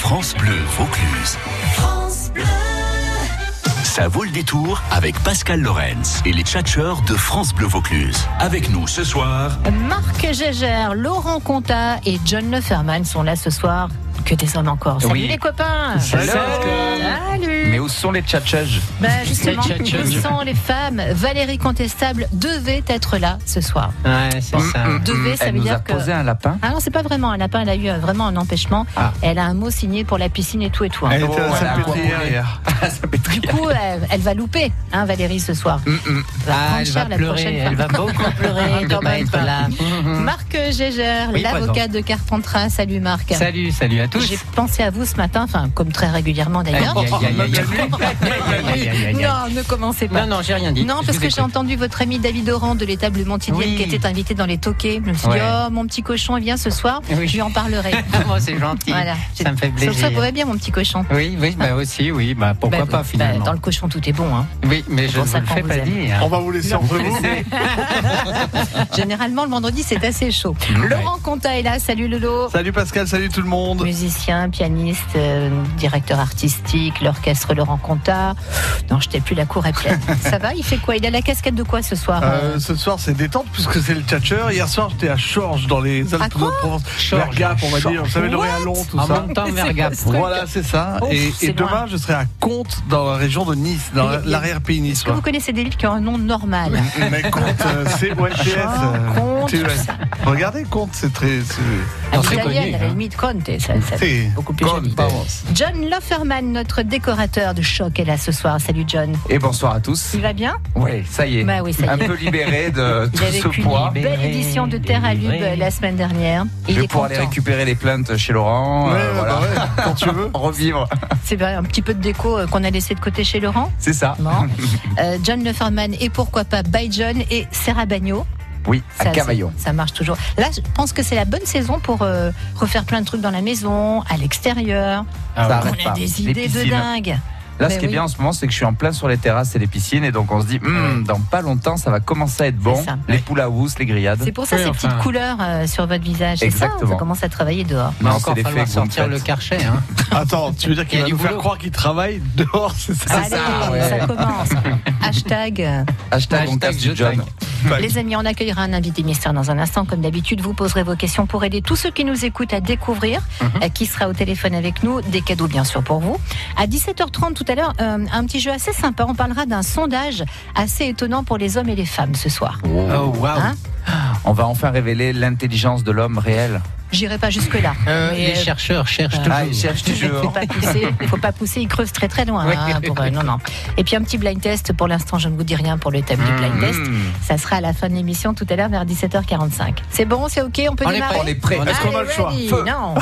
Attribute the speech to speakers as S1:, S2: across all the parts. S1: France Bleu Vaucluse. France Bleu. Ça vaut le détour avec Pascal Lorenz et les tchatcheurs de France Bleu Vaucluse. Avec nous ce soir,
S2: Marc Gégère, Laurent Conta et John Leferman sont là ce soir. Que des hommes encore. Salut
S3: Oui.
S2: les copains
S3: Salut.
S2: Salut
S3: Mais où sont les tchatchages
S2: Bah, justement,
S4: Les tchatcheuses.
S2: où sont les femmes Valérie Contestable devait être là ce soir.
S4: Ouais, c'est ça.
S2: Devait, ça
S3: Mm, Elle
S2: veut
S3: nous
S2: dire
S3: a
S2: que-
S3: posé un lapin.
S2: Ah non, c'est pas vraiment un lapin, elle a eu euh, vraiment un empêchement.
S3: Ah.
S2: Elle a un mot signé pour la piscine et tout et tout. hein.
S5: Elle était
S3: Oh,
S5: à
S3: voilà,
S5: Saint-Pétrière
S3: quoi.
S5: hier.
S3: Ça fait très-
S2: Du coup, elle, elle va louper, hein, Valérie, ce soir. Va
S4: Ah,
S2: prendre
S4: elle
S2: cher
S4: va
S2: la
S4: pleurer,
S2: prochaine
S4: elle
S2: fois.
S4: va beaucoup pleurer
S2: Quand
S4: de pas
S2: même
S4: être
S2: pas.
S4: là.
S2: Marc Gégère,
S4: Oui,
S2: l'avocat de Carpentras. Salut Marc.
S4: Salut, salut à tous.
S2: J'ai pensé à vous ce matin, enfin, comme très régulièrement
S4: Aïe,
S2: d'ailleurs.
S4: aïe, aïe, aïe, aïe, aïe, aïe, aïe, aïe, aïe.
S2: Non, ne commencez pas.
S4: Eh, Non, non, j'ai rien dit.
S2: Non,
S4: Je
S2: parce
S4: vous
S2: que
S4: écoute.
S2: j'ai entendu votre ami David Oran de l'étable Montidienne
S4: Oui.
S2: qui était invité dans les toquets. Je me suis dit,
S4: Ouais.
S2: oh, mon petit cochon, il vient ce soir,
S4: Oui.
S2: je lui en parlerai.
S4: Oh, c'est gentil.
S2: voilà.
S4: Ça me fait
S2: Ça, ça
S4: plaisir.
S2: vous va bien, mon petit cochon
S4: Oui, oui, bah aussi, oui, bah pourquoi
S2: Bah,
S4: pas
S2: bah,
S4: finalement.
S2: Dans le cochon, tout est bon. hein.
S4: Oui, mais je
S2: pour
S4: ne
S2: ça
S4: vous le
S2: qu'on
S4: fais
S2: vous
S4: pas
S2: aime.
S4: dire.
S5: On va vous laisser entre vous.
S2: Généralement, le vendredi, c'est assez chaud.
S4: Ouais.
S2: Laurent Conta est là. Salut Lolo.
S5: Salut Pascal, salut tout le monde.
S2: Musicien, pianiste, euh, directeur artistique, l'orchestre Laurent Conta. Non, je t'ai plus, la cour est pleine. Ça va Il fait quoi Il a la casquette de quoi ce
S4: Ah.
S2: soir
S5: Euh, ce soir c'est détente puisque c'est le tchatcheur. Hier soir j'étais à Chorges dans les Alpes de Provence.
S4: Chorges.
S5: Vers Gap on va dire. Vous savez le
S2: What
S5: Réalon, tout
S4: En
S5: ça.
S4: même temps,
S2: C'est
S4: Vergap.
S2: quoi ce truc
S5: Voilà c'est ça.
S2: Ouf,
S5: et
S2: c'est
S5: et demain
S2: loin.
S5: je serai à Comte dans la région de Nice, dans
S2: Mais- mais-
S5: l'arrière-pays
S2: Est-ce que
S5: niçois.
S2: vous connaissez des villes qui ont un nom normal
S5: Mais Comte euh, c'est OLTS. euh,
S2: Comte,
S5: TES.
S2: tout ça.
S5: Regardez Comte c'est très... c'est-
S4: Non, c'est
S2: Italienne,
S4: connu,
S2: à la
S4: hein.
S2: limite, Conte, ça, ça-
S5: C'est
S2: beaucoup plus joli.
S5: pardon.
S2: John Lofferman, notre décorateur de choc, est là ce soir. Salut John.
S3: Et bonsoir à tous.
S2: Il va bien
S3: Oui, ça y est.
S2: Bah oui, ça y
S3: un
S2: est.
S3: peu libéré de
S2: Il a
S3: tout
S2: vécu
S3: ce
S2: une
S3: poids.
S2: belle
S4: Libéré,
S2: édition de Terre à Lube
S4: délivré.
S2: la semaine dernière.
S3: Je
S2: Il
S3: vais
S2: est
S3: pouvoir aller
S2: content.
S3: récupérer les plaintes chez Laurent.
S5: Ouais,
S3: euh,
S5: bah
S3: voilà.
S5: ouais, quand tu veux.
S3: Revivre.
S2: C'est vrai, un petit peu de déco euh, qu'on a laissé de côté chez Laurent.
S3: C'est ça.
S2: Bon. Euh, John Lefferman et pourquoi pas By John et Sarah Bagno.
S3: Oui, à
S2: Ça-
S5: Ah
S3: Cavaillon.
S2: Ça, ça marche toujours. Là, je pense que c'est la bonne saison pour euh, refaire plein de trucs dans la maison, à l'extérieur.
S3: Ah Ça
S4: ouais.
S3: arrête
S2: On a
S3: pas.
S2: des
S3: Les
S2: idées de
S3: piscines.
S2: dingue.
S3: Là,
S2: Ben
S3: ce qui est
S2: oui.
S3: bien en ce moment, c'est que je suis en plein sur les terrasses et les piscines. Et donc, on se dit, Hmm, dans pas longtemps, ça va commencer à être bon.
S2: ça.
S3: Les poules à housse, les grillades.
S2: C'est pour ça
S4: Oui,
S2: ces
S4: enfin.
S2: petites couleurs euh, sur votre visage. C'est ça,
S3: Exactement.
S2: ça commence à travailler dehors.
S4: Il va
S3: Non,
S4: encore
S3: c'est l'effet
S4: falloir
S3: que vous me
S4: sortir
S3: faites.
S4: le karcher. Hein.
S5: Attends, tu veux dire
S4: Il
S5: qu'il
S4: y a
S5: va
S4: du
S5: nous faire
S4: boulot.
S5: croire qu'il travaille dehors, c'est ça
S2: Allez,
S3: ça, ouais.
S2: commence. Hashtag. euh,
S3: Hashtag, on
S4: Hashtag
S3: casse
S4: je
S3: du John.
S4: tag.
S5: Bah,
S2: Les amis, on accueillera un invité mystère dans un instant. Comme d'habitude, vous poserez vos questions pour aider tous ceux qui nous écoutent à découvrir euh, qui sera au téléphone avec nous. Des cadeaux, bien sûr, pour vous. À 17h30 tout à l'heure, euh, un petit jeu assez sympa. On parlera d'un sondage assez étonnant pour les hommes et les femmes ce soir.
S4: Oh, waouh.
S2: Hein
S3: On va enfin révéler l'intelligence de l'homme réel.
S2: J'irai pas jusque-là.
S4: Euh,
S2: Mais,
S4: les
S2: euh,
S4: chercheurs cherchent toujours.
S3: Ah, il cherche
S2: Il faut
S3: toujours.
S2: pas pousser, faut pas pousser, il creuse très très loin.
S4: Oui.
S2: hein, pour, euh, non, non. Et puis un petit blind test, pour l'instant je ne vous dis rien pour le thème du blind test.
S3: Hmm.
S2: Ça sera à la fin de l'émission tout à l'heure vers 17h45. C'est bon, c'est ok, on peut
S4: On est
S2: démarrer
S4: prêt,
S3: On est prêt.
S5: Est-ce qu'on a
S2: Allez,
S5: le choix
S2: ready,
S3: Feu.
S2: Non.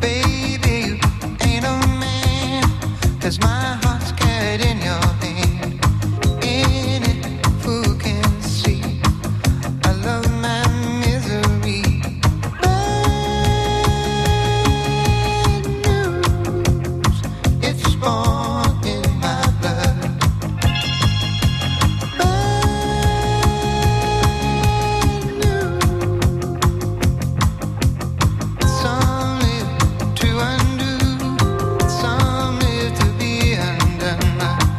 S6: Baby, you ain't a man, 'cause my heart's carried in your hand. In it, who can see? I love my misery. Bad news, it's born in my blood. Bad news. Some live to undo, some live to be undone.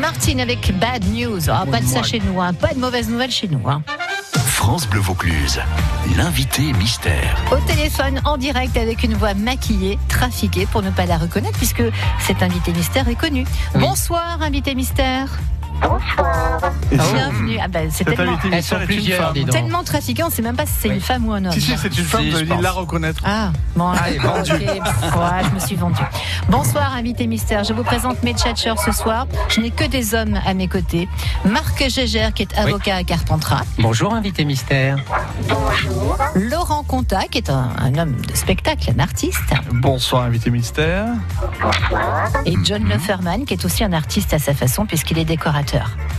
S2: Martine avec Bad News. Ah, pas de ça chez nous, hein. pas de mauvaise nouvelle chez nous. hein.
S1: France Bleu Vaucluse, l'invité mystère.
S2: Au téléphone, en direct, avec une voix maquillée, trafiquée, pour ne pas la reconnaître, puisque cet invité mystère est connu. Bonsoir, invité mystère.
S5: Et c'est-
S2: Bienvenue. Ah ben, c'est
S5: Cet
S2: tellement,
S5: invité
S4: Elles
S5: mystère
S4: sont
S5: est une
S4: plusieurs,
S5: femme.
S4: dis donc.
S2: tellement trafiqué, on ne sait même pas si c'est
S4: Oui.
S2: une femme ou un homme.
S5: Si, si, c'est une femme,
S3: Si,
S5: vous
S3: je
S5: avez dit de la
S3: pense.
S5: reconnaître.
S2: Ah, bon,
S3: Allez,
S2: d'accord,
S3: vendu.
S2: ok. Pff, ouais, je me suis vendue. Bonsoir, invité mystère. Je vous présente mes tchatcheurs ce soir. Je n'ai que des hommes à mes côtés. Marc Gégère, qui est avocat à Carpentras.
S4: Bonjour, invité mystère.
S2: Laurent Conta, qui est un, un homme de spectacle, un artiste.
S5: Bonsoir, invité mystère.
S2: Oh, Et John Lefferman, qui est aussi un artiste à sa façon, puisqu'il est décorateur.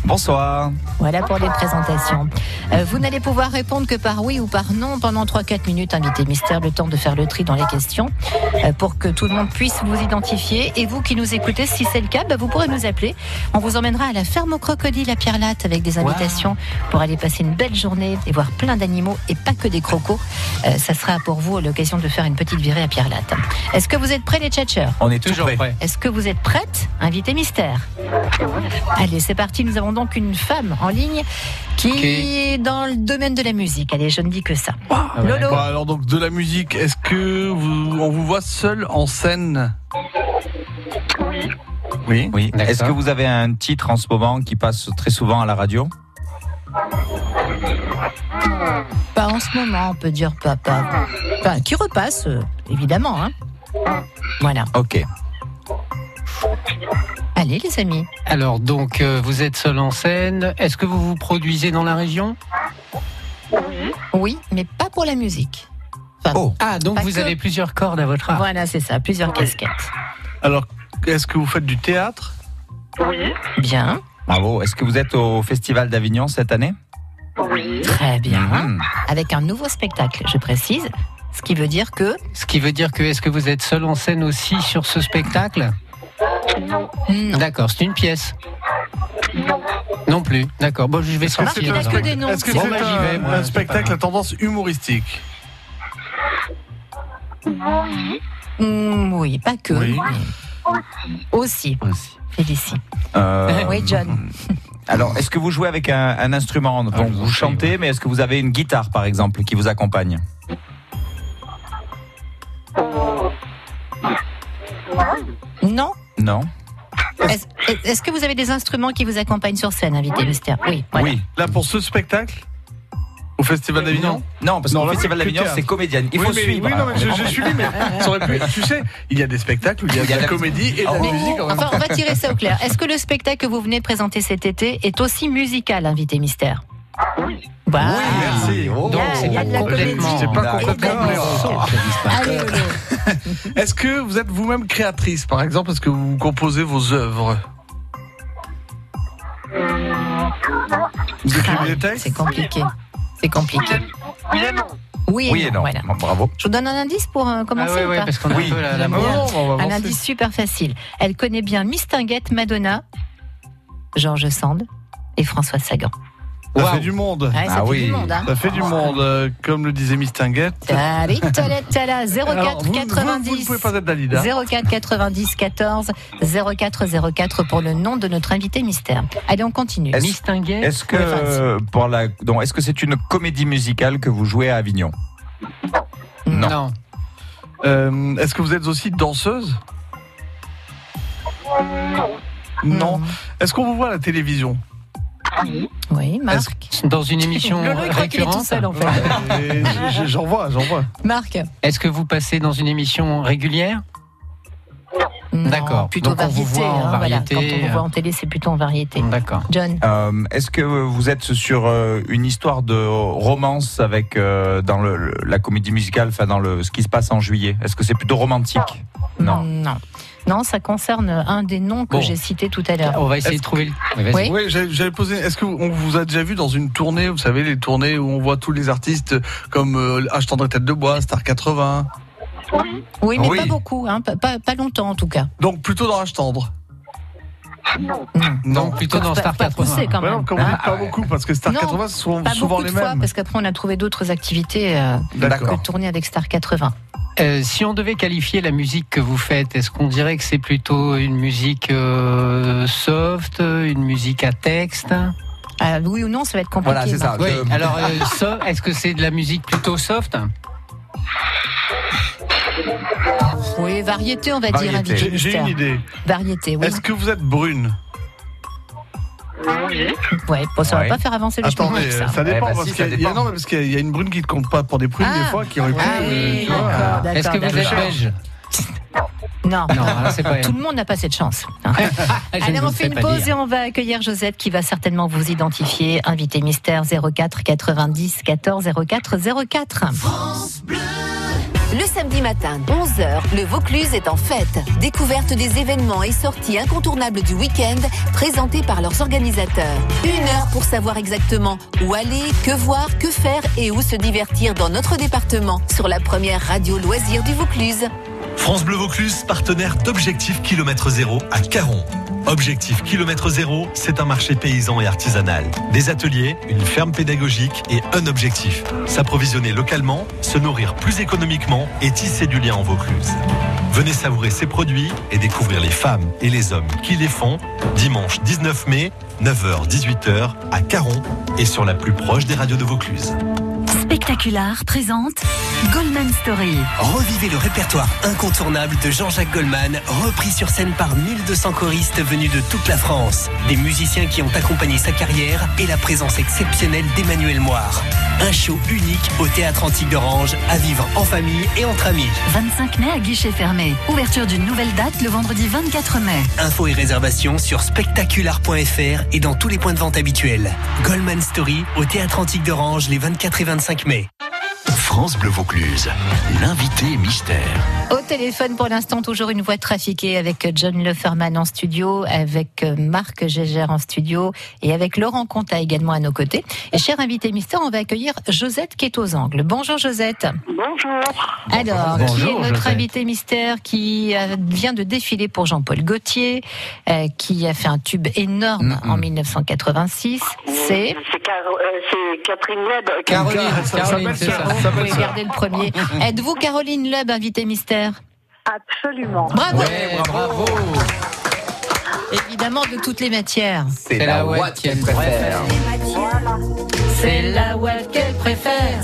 S3: Bonsoir.
S2: Voilà pour les présentations. Euh, vous n'allez pouvoir répondre que par oui ou par non pendant 3-4 minutes, invité mystère, le temps de faire le tri dans les questions, euh, pour que tout le monde puisse vous identifier. Et vous qui nous écoutez, si c'est le cas, bah, vous pourrez nous appeler. On vous emmènera à la ferme aux crocodiles à Pierre-Latte avec des invitations pour aller passer une belle journée et voir plein d'animaux et pas que des crocos. Euh, ça sera pour vous l'occasion de faire une petite virée à Pierre-Latte. Est-ce que vous êtes prêts les tchatcheurs
S3: On est
S4: Toujours prêt.
S2: est-ce que vous êtes prête Invité mystère. Allez, c'est parti. Nous avons donc une femme en ligne qui
S4: Ok.
S2: est dans le domaine de la musique. Allez, je ne dis que ça.
S4: Ah ouais,
S2: Lolo,
S5: Bon, alors donc de la musique, est-ce que vous, on vous voit seul en scène Oui.
S3: Oui.
S4: D'accord.
S3: Est-ce que vous avez un titre en ce moment qui passe très souvent à la radio
S2: pas en ce moment, on peut dire pas, pas. Enfin, qui repasse, euh, évidemment. hein. Voilà.
S4: Oh.
S3: Ok.
S2: Allez, les amis.
S4: Alors donc euh, vous êtes seul en scène. Est-ce que vous vous produisez dans la région
S2: Oui, mais pas pour la musique. Enfin,
S3: Oh.
S4: Ah donc
S2: Pas
S4: vous
S2: que.
S4: avez plusieurs cordes à votre arc.
S2: Voilà, c'est ça. Plusieurs casquettes.
S5: Alors, est-ce que vous faites du théâtre
S2: Bien.
S3: Bravo. Est-ce que vous êtes au Festival d'Avignon cette année
S2: Très bien.
S3: Mhm.
S2: Avec un nouveau spectacle, je précise. Ce qui veut dire que.
S4: Ce qui veut dire que est-ce que vous êtes seul en scène aussi sur ce spectacle
S2: Non.
S4: D'accord, c'est une pièce. Non plus. D'accord. Bon, je vais
S5: Est-ce que
S2: Marc,
S5: c'est
S2: il
S4: sortir.
S2: a
S5: un,
S2: que
S4: alors.
S2: des noms.
S5: est-ce que
S2: Bon,
S5: c'est
S4: bah, j'y
S5: un-
S4: vais, moi,
S5: un
S4: c'est pas
S5: spectacle
S4: grave.
S5: à tendance humoristique
S2: Mm, oui, pas que.
S5: Oui.
S2: Aussi, Félicie.
S3: Euh,
S2: Oui, John.
S3: Alors, est-ce que vous jouez avec un, un instrument
S5: Ah,
S3: Donc,
S4: je vous en
S3: vous,
S4: prie,
S3: chantez, mais est-ce que vous avez une guitare, par exemple, qui vous accompagne
S2: Non
S3: Non
S2: Est-ce est-ce que vous avez des instruments qui vous accompagnent sur scène, invité mystère Oui, voilà.
S3: Oui.
S5: Là pour ce spectacle Au Festival
S4: Euh,
S5: d'Avignon
S3: Non, parce
S5: Non,
S3: qu'au
S5: là,
S3: Festival
S5: que
S3: d'Avignon,
S5: théâtre.
S3: c'est comédienne. Il
S5: hein. Oui,
S3: faut
S5: mais-
S3: suivre.
S5: Oui, non, mais je- j'ai suivi, mais ça aurait pu- tu sais, il y a des spectacles où il y a de la comédie et de la
S2: Mais-
S5: musique en même
S2: enfin,
S5: temps.
S2: on va tirer ça au clair. Est-ce que le spectacle que vous venez présenter cet été est aussi musical, invité mystère Bah,
S5: Oui, merci.
S3: Oh.
S4: ah, Donc,
S2: Il y a-
S4: c'est
S2: il y a
S4: pas
S2: de la
S4: complètement.
S2: comédie.
S5: C'est pas
S2: Et de la
S5: complètement
S2: musique.
S5: cohérent.
S2: Allez, Lolo.
S5: Est-ce que vous êtes vous-même créatrice, par exemple, est-ce que vous composez vos œuvres Vous écrivez des
S2: Ah, C'est
S5: textes
S2: compliqué. C'est compliqué. Oui et non.
S3: Oui et non.
S2: voilà.
S3: Bon, Bravo.
S2: Je vous donne un indice pour euh,
S4: Ah
S2: commencer
S4: ouais,
S2: ou
S4: ouais,
S2: pas
S4: parce qu'on a
S3: Oui.
S4: un peu la, la
S2: Non,
S4: mort.
S5: non, Ah on va
S2: Un
S5: avancer.
S2: indice super facile. Elle connaît bien Mistinguette, Madonna, Georges Sand et François Sagan.
S5: Ça
S4: Waouh.
S5: fait du monde.
S2: Ouais, ça
S3: Ah
S2: fait
S3: oui.
S2: du monde, hein.
S5: Ça fait du monde, euh, comme le disait Miss Tinguette.
S2: Tali, tala, tala, 04
S5: Alors, vous, vous- vous ne
S2: 90
S5: pouvez pas être Dalida.
S2: 04 90 14 04 04 pour le nom de notre invité mystère. Allez, on continue.
S3: Est-ce-
S4: Mistinguet.
S3: Est-ce que euh, pour la donc est-ce que c'est une comédie musicale que vous jouez à Avignon Non.
S5: Euh, Est-ce que vous êtes aussi danseuse Non. Est-ce qu'on vous voit à la télévision
S2: Oui,
S5: Est-ce
S2: Marc.
S4: Dans une émission
S2: Lolo, il croit qu'il est tout
S4: récurrente.
S2: seul en fait.
S5: Et j- Euh, J'en vois, j'en vois.
S2: Marc.
S5: Ah.
S4: Est-ce que vous passez dans une émission régulière
S2: Non,
S4: D'accord.
S2: Plutôt
S4: Donc on vous
S2: variété.
S4: voit en
S2: hein, voilà.
S4: variété,
S2: Quand on vous voit en télé, c'est plutôt en variété.
S4: D'accord.
S2: John.
S3: Euh, Est-ce que vous êtes sur euh, une histoire de romance avec euh, dans le, le- la comédie musicale, enfin dans le ce qui se passe en juillet Est-ce que c'est plutôt romantique Non.
S2: Non. Non, ça concerne un des noms que
S4: Bon.
S2: j'ai cité tout à l'heure.
S4: On va essayer de trouver. le- Oui, vas-y.
S2: Oui.
S5: Oui, j'allais j'allais poser. Est-ce qu'on vous a déjà vu dans une tournée Vous savez, les tournées où on voit tous les artistes comme euh, H. Tendre et Tête de Bois, Star 80.
S2: Oui, mais
S3: Oui.
S2: pas beaucoup, hein, pas, pas- pas longtemps en tout cas.
S5: Donc plutôt dans H. Tendre.
S2: Non.
S5: Non.
S4: Donc plutôt dans
S2: Pas-
S4: Star
S2: pas
S4: 80.
S2: poussé, quand
S5: Ouais,
S2: même.
S5: non, comme on
S2: hein.
S5: dit pas beaucoup, parce que Star
S2: Non,
S5: 80, ce sont
S2: Pas
S5: souvent
S2: beaucoup
S5: les
S2: de fois,
S5: mêmes.
S2: parce qu'après on a trouvé d'autres activités euh,
S5: D'accord.
S2: que de tourner avec Star 80.
S4: Euh, si on devait qualifier la musique que vous faites, est-ce qu'on dirait que c'est plutôt une musique euh, soft, une musique à texte
S2: Euh, oui ou non, ça va être compliqué.
S5: Voilà, c'est ça.
S4: Oui.
S5: Je-
S4: Alors, euh, so- est-ce que c'est de la musique plutôt soft
S2: Marc. Oui, variété, on va
S5: Ah,
S2: dire,
S3: Variété.
S2: invité
S5: J'ai j'ai
S2: mystère.
S5: une idée.
S2: Variété, oui.
S5: Est-ce que vous êtes brune
S2: Ouais, bon, ça
S3: Ouais.
S2: va pas faire avancer les choses.
S5: Attendez, euh, ça,
S2: ça.
S4: bah
S3: Eh
S5: dépend.
S3: ben
S5: parce
S3: si, ça
S5: qu'il y a,
S3: dépend.
S5: non, mais parce qu'il y a une brune qui ne compte pas pour des prunes, des fois, qui aurait pu.
S2: Ah
S5: euh,
S2: oui,
S5: tu vois.
S2: d'accord, d'accord,
S4: Est-ce que vous êtes
S2: d'accord.
S4: belge
S2: Non,
S4: Non, alors c'est pas
S2: tout
S4: elle. Ah,
S2: le monde n'a pas cette chance. hein.
S4: Je
S2: Allez,
S4: ne
S2: on
S4: vous
S2: fait
S4: le
S2: une
S4: fais pas
S2: pause
S4: dire.
S2: et on va accueillir Josette qui va certainement vous identifier. Invité mystère 04 90 14 04 04.
S7: Le samedi matin, 11h, le Vaucluse est en fête. Découverte des événements et sorties incontournables du week-end présentées par leurs organisateurs. Une heure pour savoir exactement où aller, que voir, que faire et où se divertir dans notre département sur la première radio loisirs du Vaucluse.
S8: France Bleu Vaucluse, partenaire d'Objectif Kilomètre Zéro à Caron. Objectif Kilomètre Zéro, c'est un marché paysan et artisanal. Des ateliers, une ferme pédagogique et un objectif. S'approvisionner localement, se nourrir plus économiquement et tisser du lien en Vaucluse. Venez savourer ces produits et découvrir les femmes et les hommes qui les font dimanche 19 mai, 9h-18h à Caron et sur la plus proche des radios de Vaucluse.
S7: Spectacular présente Goldman Story.
S9: Revivez le répertoire incontournable de Jean-Jacques Goldman, repris sur scène par 1200 choristes venus de toute la France. Des musiciens qui ont accompagné sa carrière et la présence exceptionnelle d'Emmanuel Moir. Un show unique au Théâtre Antique d'Orange, à vivre en famille et entre amis.
S7: 25 mai à guichet fermé. Ouverture d'une nouvelle date le vendredi 24 mai.
S9: Infos et réservations sur spectacular.fr et dans tous les points de vente habituels. Goldman Story au Théâtre Antique d'Orange les 24 et 25 mai.
S1: France Bleu Vaucluse, l'invité mystère.
S2: Au téléphone pour l'instant, toujours une voix trafiquée avec John Leferman en studio, avec euh, Marc Gégère en studio et avec Laurent Conta également à nos côtés. Et cher invité mystère, on va accueillir Josette qui est aux angles. Bonjour Josette. Bonjour. Alors, qui est
S4: Bonjour,
S2: notre
S4: Josette.
S2: invité mystère qui euh, vient de défiler pour Jean-Paul Gaultier, euh, qui a fait un tube énorme en 1986 C'est...
S10: C'est Caro- euh, c'est Catherine Webb.
S4: Caroline,
S6: Ah,
S5: Ça
S4: Caroline,
S5: s'appelle
S4: c'est
S5: ça.
S4: ça.
S2: Vous pouvez garder le premier. Êtes-vous Caroline Leb, invité mystère
S10: Absolument.
S2: Bravo
S4: Ouais, bravo.
S2: Évidemment, de toutes les matières.
S4: C'est la ouate qu'elle préfère.
S2: C'est la ouate qu'elle préfère.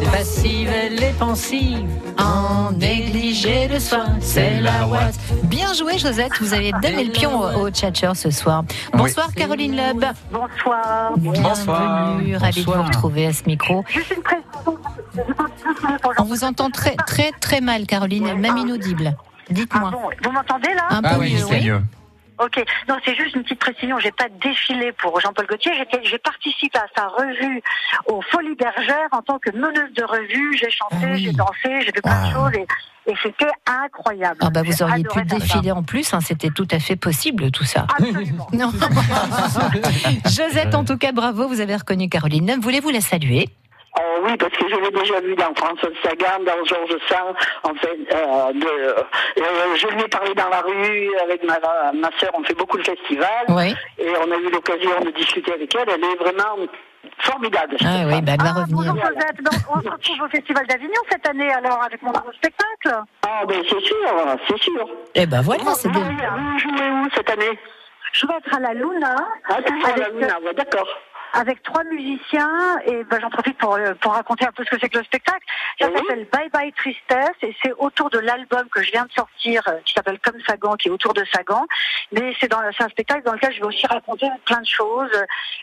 S2: Les passives, elle les pensives. En négliger le soin, c'est la ouate. Bien joué, Josette. Vous avez donné le pion au au tchatcheur ce soir. Bonsoir, Caroline Loeb.
S10: Bonsoir.
S3: Bonsoir.
S2: Bienvenue. Ravi de vous
S4: Bonsoir.
S2: retrouver à ce micro.
S10: Juste une précision. Je continue pour
S2: On
S10: Jean-
S2: vous entend très, très, très mal, Caroline, même inaudible.
S10: Ah
S2: Dites-moi.
S10: bon, vous m'entendez là
S2: Un peu
S4: Ah oui,
S2: mieux,
S4: c'est
S2: oui.
S3: mieux.
S10: Ok. Non, c'est juste une petite précision. J'ai pas défilé pour Jean-Paul Gaultier. J'étais- J'ai participé à sa revue aux Folies Bergères en tant que meneuse de revue. J'ai chanté,
S2: Ah oui.
S10: j'ai dansé, j'ai fait plein de choses et, et c'était incroyable.
S2: Ah bah vous
S10: J'ai
S2: auriez pu
S10: adoré faire ça.
S2: défiler en plus, hein, c'était tout à fait possible tout ça.
S10: Absolument.
S2: Non. Josette, en tout cas, bravo, vous avez reconnu Caroline. Lem. Voulez-vous la saluer
S10: Euh, oui, parce que je l'ai déjà vu dans François Sagan, dans Georges Sand, en fait, euh, de, euh, je lui ai parlé dans la rue avec ma, ma soeur, on fait beaucoup de festivals,
S2: Oui.
S10: et on a eu l'occasion de discuter avec elle, elle est vraiment formidable. cette
S2: Ah oui,
S10: femme.
S2: bah, elle va revenir.
S10: on se retrouve au Festival d'Avignon cette année, alors, avec mon nouveau spectacle Ah, ben c'est sûr, c'est sûr. Ah,
S2: Eh ben voilà,
S10: Vous-
S2: c'est
S10: vous,
S2: bien.
S10: vous jouez où cette année Je vais être à la Luna. Ah, toujours à la Luna, ouais, d'accord. Avec trois musiciens, et ben, j'en profite pour, euh, pour raconter un peu ce que c'est que le spectacle. Ça s'appelle Bye Bye Tristesse, et c'est autour de l'album que je viens de sortir, euh, qui s'appelle Comme Sagan, qui est autour de Sagan. Mais c'est dans- c'est un spectacle dans lequel je vais aussi raconter plein de choses.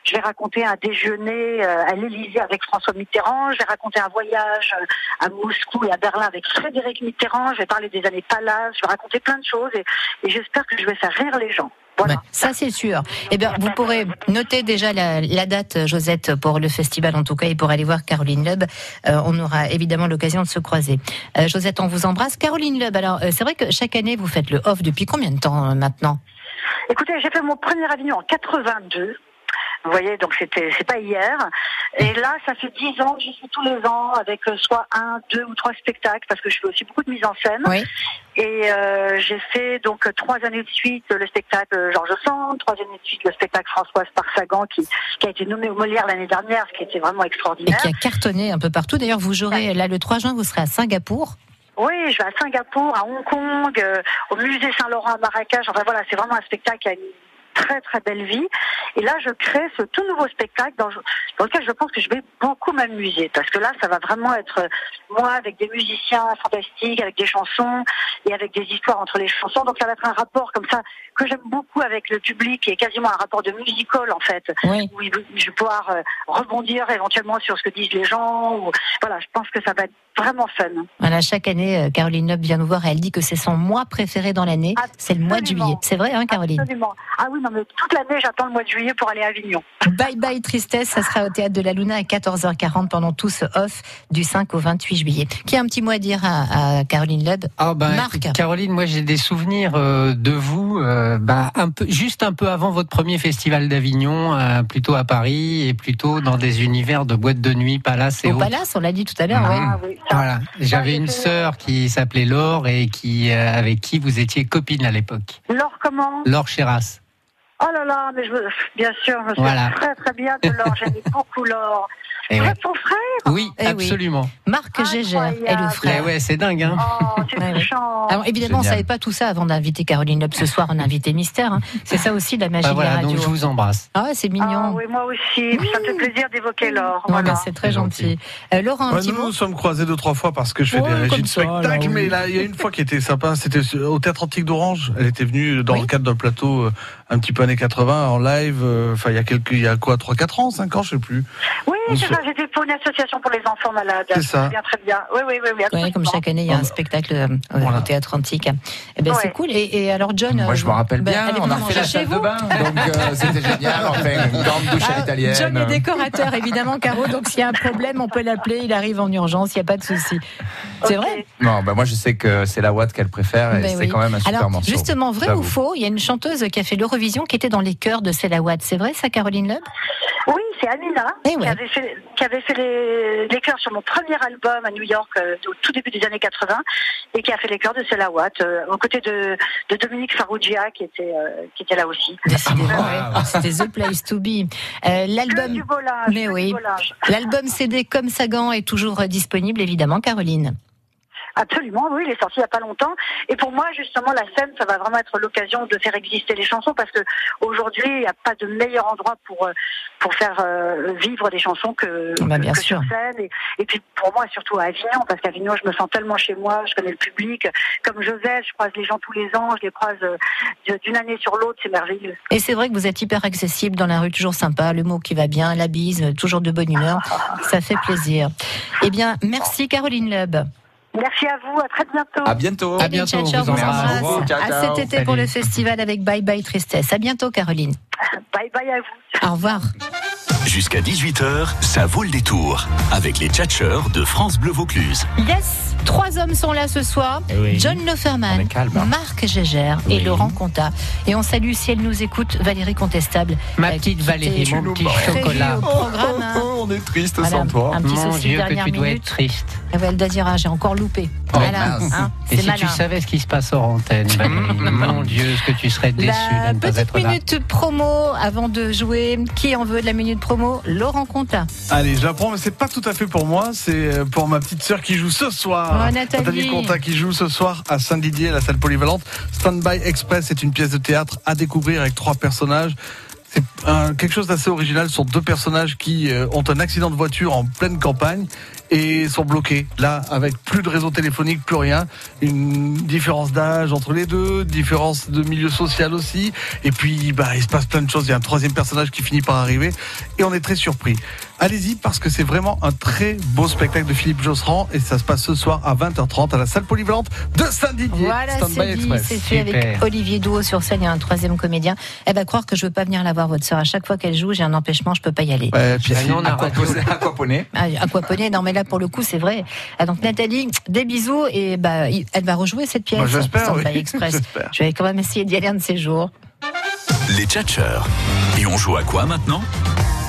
S10: Je vais raconter un déjeuner euh, à l'Élysée avec François Mitterrand, je vais raconter un voyage euh, à Moscou et à Berlin avec Frédéric Mitterrand, je vais parler des années Palace, je vais raconter plein de choses et, et j'espère que je vais faire rire les gens. Voilà.
S2: Ouais, ça c'est sûr. Eh bien, vous pourrez noter déjà la, la date, Josette, pour le festival en tout cas, et pour aller voir Caroline Loeb. Euh, on aura évidemment l'occasion de se croiser. Euh, Josette, on vous embrasse. Caroline Loeb, alors euh, c'est vrai que chaque année, vous faites le off depuis combien de temps euh, maintenant
S10: Écoutez, j'ai fait mon premier Avignon en 82. Vous voyez, donc c'était c'est pas hier. Et là, ça fait dix ans que j'y suis tous les ans avec euh, soit un, deux ou trois spectacles parce que je fais aussi beaucoup de mise en scène.
S2: Oui.
S10: Et euh, j'ai fait donc euh, trois années de suite euh, le spectacle euh, Georges Sand, trois années de suite le spectacle Françoise Parsagan qui, qui a été nommé au Molière l'année dernière, ce qui était vraiment
S2: Et
S10: extraordinaire.
S2: qui a cartonné un peu partout. D'ailleurs, vous jouerez là le 3 juin, vous serez à Singapour.
S10: Oui, je vais à Singapour, à Hong Kong, euh, au musée Saint-Laurent à Marrakech. Enfin voilà, c'est vraiment un spectacle qui a une très très belle vie. Et là, je crée ce tout nouveau spectacle dans, dans lequel je pense que je vais beaucoup m'amuser. Parce que là, ça va vraiment être euh, moi avec des musiciens fantastiques, avec des chansons et avec des histoires entre les chansons. Donc ça va être un rapport comme ça que j'aime beaucoup avec le public et quasiment un rapport de musical en fait. Où il- je vais pouvoir euh, rebondir éventuellement sur ce que disent les gens. Ou, voilà, je pense que ça va être vraiment fun.
S2: Voilà, chaque année, euh, Caroline Nob vient nous voir et elle dit que c'est son mois préféré dans l'année. C'est le mois de juillet. C'est vrai, hein, Caroline
S10: Absolument. Ah oui, non, mais toute l'année, j'attends le mois de juillet pour aller à Avignon.
S2: Bye bye tristesse, ça sera au théâtre de la Luna à 14h40 pendant tout ce off du 5 au 28 juillet. Qui a un petit mot à dire à, à Caroline Loeb
S4: Ah ben,
S2: Marc.
S4: Caroline, moi j'ai des souvenirs euh, de vous, euh, bah, un peu, juste un peu avant votre premier festival d'Avignon, euh, plutôt à Paris et plutôt dans des univers de boîtes de nuit, palace et
S2: Au
S4: autres.
S2: Palace, on l'a dit tout à l'heure. ouais.
S4: Mmh. Voilà, j'avais une sœur qui s'appelait Laure et qui euh, avec qui vous étiez copine à l'époque.
S10: Laure, comment
S4: Laure Chéras.
S10: Oh là là, mais je, me- bien sûr, je me
S4: Voilà.
S10: souviens très très bien de Laure. J'aimais beaucoup Laure.
S4: Eh
S10: Très
S4: ouais.
S10: ton frère
S4: Oui,
S2: Eh oui. Ah, bah.
S4: absolument.
S2: Marc Gégère et le
S4: Eh
S2: frère.
S4: ouais, c'est dingue hein.
S10: Oh, c'est
S2: Ouais, ouais.
S10: touchant.
S2: Alors Ah, évidemment, on
S4: Génial.
S2: savait pas tout ça avant d'inviter Caroline Loeb ce soir, on a invité Mystère. hein. C'est ça aussi la magie
S4: Bah voilà,
S2: de la
S4: donc
S2: radio.
S4: je vous embrasse.
S2: Ah, ouais, c'est
S10: Ah
S2: mignon.
S10: oui, moi aussi. Ça me fait plaisir d'évoquer Laure.
S2: Ouais,
S10: Voilà.
S2: bah, c'est très
S4: C'est
S2: gentil. Euh, Laurent, un
S5: Ouais,
S2: petit
S5: nous
S2: mot
S5: nous sommes croisés deux trois fois parce que je fais
S2: Ouais,
S5: des régies
S2: comme
S5: de
S2: ça,
S5: spectacle,
S2: alors,
S5: mais
S2: oui.
S5: là il y a une fois qui était sympa, c'était sur- au Théâtre Antique d'Orange. Elle était venue dans
S2: Oui.
S5: le cadre d'un plateau euh, un petit peu années 80 en live. euh, Enfin il y a quelques, il y a quoi, trois quatre ans, cinq ans, je sais plus.
S10: Oui,
S5: On
S10: c'est
S5: se-
S10: ça. J'étais pour une association pour les enfants malades.
S5: C'est ça.
S10: Très bien, très bien. Oui, oui, oui, oui.
S2: Ouais,
S10: absolument.
S2: comme chaque année, il y a un spectacle euh, au- au
S5: Voilà.
S2: théâtre antique. Eh ben, c'est
S10: Ouais.
S2: cool. Et, et alors, John.
S3: Moi, je
S2: vous-
S3: me rappelle
S2: bah,
S3: bien,
S2: allez-vous
S3: on a
S2: manger
S3: refait la
S2: chez
S3: salle de
S2: vous
S3: bain, donc euh, c'était génial, enfin, une grande douche à
S2: Ah,
S3: l'italienne.
S2: John est décorateur, évidemment, Caro. Donc, s'il y a un problème, on peut l'appeler. Il arrive en urgence, il n'y a pas de souci. C'est
S10: Ok.
S2: vrai
S3: Non, bah moi je sais que c'est la Watt qu'elle préfère et
S2: Ben
S3: Ah c'est
S2: oui.
S3: quand même un super
S2: Alors,
S3: morceau.
S2: justement, vrai ou
S3: J'avoue.
S2: faux, il y a une chanteuse qui a fait l'Eurovision qui était dans les chœurs de Selawat. C'est vrai, ça, Caroline Loeb
S10: Oui, c'est Amina
S2: Eh ouais.
S10: qui, avait fait, qui avait fait les, les chœurs sur mon premier album à New York euh, au tout début des années 80 et qui a fait les chœurs de Selawat euh, aux côtés de, de Dominique Farrugia qui était, euh, qui était là aussi. Euh,
S2: Décidément,
S3: Ah
S2: ouais. C'était The Place to Be. Euh,
S10: Que du
S2: L'album.
S10: beau linge,
S2: Mais
S10: que
S2: oui.
S10: du beau linge.
S2: L'album CD comme Sagan est toujours euh, disponible, évidemment, Caroline.
S10: Absolument, oui, il est sorti il n'y a pas longtemps. Et pour moi, justement, la scène, ça va vraiment être l'occasion de faire exister les chansons parce que aujourd'hui, il n'y a pas de meilleur endroit pour euh, pour faire euh, vivre des chansons que,
S2: Bah,
S10: que-
S2: bien
S10: que
S2: sûr.
S10: sur scène. Et, et puis pour moi, surtout à Avignon, parce qu'Avignon, je me sens tellement chez moi, je connais le public. Comme je vais, je croise les gens tous les ans, je les croise euh, d'une année sur l'autre, c'est merveilleux.
S2: Et c'est vrai que vous êtes hyper accessible dans la rue, toujours sympa, le mot qui va bien, la bise, euh, toujours de bonne humeur. Ça fait plaisir. Eh bien, merci Caroline Loeb. Eh
S10: Merci à vous, à très bientôt.
S3: À bientôt.
S4: À bientôt,
S2: Ciao, ciao,
S4: vous
S2: on vous
S4: embrasse.
S2: embrasse.
S3: Au revoir, ciao,
S2: À cet
S3: ciao.
S2: été pour
S4: Salut.
S2: le festival avec Bye Bye Tristesse. À bientôt Caroline.
S10: Bye bye à vous.
S2: Au revoir.
S1: Jusqu'à 18h, ça vaut le détour avec les tchatcheurs de France Bleu Vaucluse.
S2: Yes, trois hommes sont là ce soir.
S4: Eh
S2: John
S3: On est
S2: Loferman,
S3: calme, hein.
S2: Marc Gégère et Laurent Conta. Et on salue, si elle nous écoute, Valérie Contestable.
S4: Ma
S2: Euh,
S4: petite
S2: qui
S4: Valérie,
S2: était
S4: mon petit
S2: prévue
S4: chocolat.
S2: au programme. hein.
S3: on est triste
S2: Voilà,
S3: sans toi.
S2: Un petit
S4: Mon
S2: souci
S4: Dieu, que
S2: dernière
S4: tu dois être
S2: minute.
S4: triste.
S2: Ah ouais, Elle doit dire, ah, j'ai encore loupé. Voilà,
S3: mince.
S2: hein,
S4: Oh, Et
S2: c'est
S4: si tu
S2: malin.
S4: savais ce qui se passe hors antenne, Valérie, mon Dieu, ce que tu serais déçu
S2: La
S4: de ne pas
S2: petite
S4: être là.
S2: minute promo avant de jouer. Qui en veut de la minute promo Laurent Conta.
S5: Allez, je la prends, mais c'est pas tout à fait pour moi, c'est euh, pour ma petite sœur qui joue ce soir.
S2: Oh, Nathalie.
S5: Conta qui joue ce soir à Saint-Didier, la salle polyvalente. Standby Express est une pièce de théâtre à découvrir avec trois personnages. C'est un- quelque chose d'assez original. Ce sont deux personnages qui euh, ont un accident de voiture en pleine campagne et sont bloqués. Là, avec plus de réseau téléphonique, plus rien. Une différence d'âge entre les deux, différence de milieu social aussi. Et puis, bah, il se passe plein de choses. Il y a un troisième personnage qui finit par arriver et on est très surpris. Allez-y parce que c'est vraiment un très beau spectacle de Philippe Josserand et ça se passe ce soir à 20h30 à la salle polyvalente de Saint-Didier.
S2: Voilà,
S5: Stand by
S2: c'est dit,
S5: Express.
S2: c'est fait avec
S4: Super.
S2: Olivier Douau sur scène et un troisième comédien. Elle va croire que je veux pas venir la voir, votre sœur. À chaque fois qu'elle joue, j'ai un empêchement, je peux pas y aller.
S5: Ouais, puis si-
S4: Sinon, on a radio.
S3: Aquaponé.
S2: Ah, Aquaponé, non mais là pour le coup c'est vrai. Ah, donc Nathalie, des bisous et bah il- elle va rejouer cette pièce.
S5: Bah, j'espère,
S2: Samba
S5: oui.
S2: Express.
S5: J'espère.
S2: Je vais quand même essayer d'y aller un de ces jours.
S1: Les tchatcheurs. Et on joue à quoi maintenant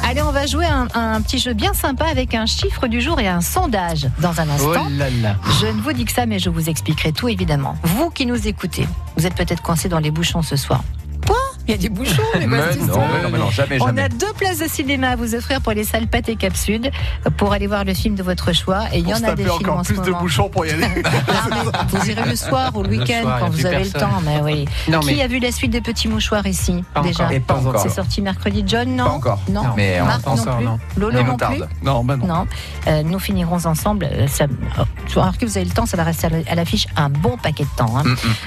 S2: Allez, on va jouer un, un petit jeu bien sympa avec un chiffre du jour et un sondage dans un
S4: Oh
S2: instant.
S4: là là.
S2: Je ne vous dis que ça, mais je vous expliquerai tout évidemment. Vous qui nous écoutez, vous êtes peut-être coincés dans les bouchons ce soir. Quoi Il y a des bouchons, mais, quoi,
S3: Mais
S2: cette
S3: non,
S2: histoire
S3: mais non, mais non, jamais,
S2: On
S3: jamais.
S2: a deux places de cinéma à vous offrir pour les salles Pâté Cap Sud pour aller voir le film de votre choix. Et il y
S5: Pour
S2: en
S5: se
S2: a des
S5: taper
S2: films en
S5: encore
S2: ce
S5: plus de
S2: moment.
S5: bouchons pour y aller.
S2: Ah, mais vous irez le soir ou le
S4: Le
S2: week-end
S4: soir, il y a
S2: quand vous
S4: plus
S2: avez le
S4: personne.
S2: temps. Mais euh, oui.
S4: Non,
S2: Qui
S4: mais-
S2: a vu la suite des Petits Mouchoirs ici
S4: Pas
S2: déjà
S4: encore.
S3: Et pas encore.
S2: C'est sorti mercredi. John, non
S3: Pas encore.
S2: Non.
S4: Non.
S3: Mais on
S2: Marc
S4: pense
S2: non
S4: encore,
S2: plus.
S4: non.
S2: Lolo
S3: on
S2: non plus.
S3: tarde.
S5: Non, ben non.
S2: Non, Euh, nous finirons ensemble. euh, Ça, oh, tu vas voir que vous avez le temps, ça va rester à la- à l'affiche un bon paquet de temps. hein.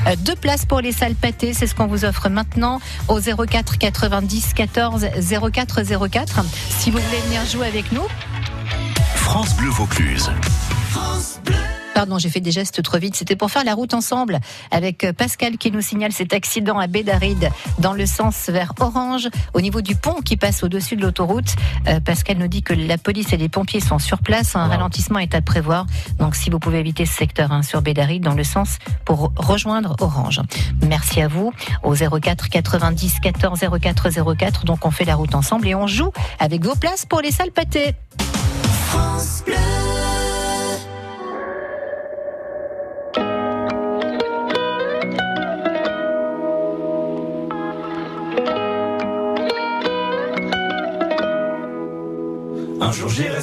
S2: Euh, deux places pour les salles pâtées, c'est ce qu'on vous offre maintenant au 04 90 14 04 04. Si vous voulez venir jouer avec nous.
S1: France Bleu Vaucluse.
S2: Pardon, j'ai fait des gestes trop vite. C'était pour faire la route ensemble avec euh, Pascal qui nous signale cet accident à Bédaride dans le sens vers Orange au niveau du pont qui passe au-dessus de l'autoroute. Euh, Pascal nous dit que la police et les pompiers sont sur place. Un ralentissement est à prévoir. Donc si vous pouvez éviter ce secteur hein, sur Bédaride dans le sens pour rejoindre Orange. Merci à vous au 04 90 14 04 04. Donc on fait la route ensemble et on joue avec vos places pour les salles pâtées.
S11: Un jour j'irai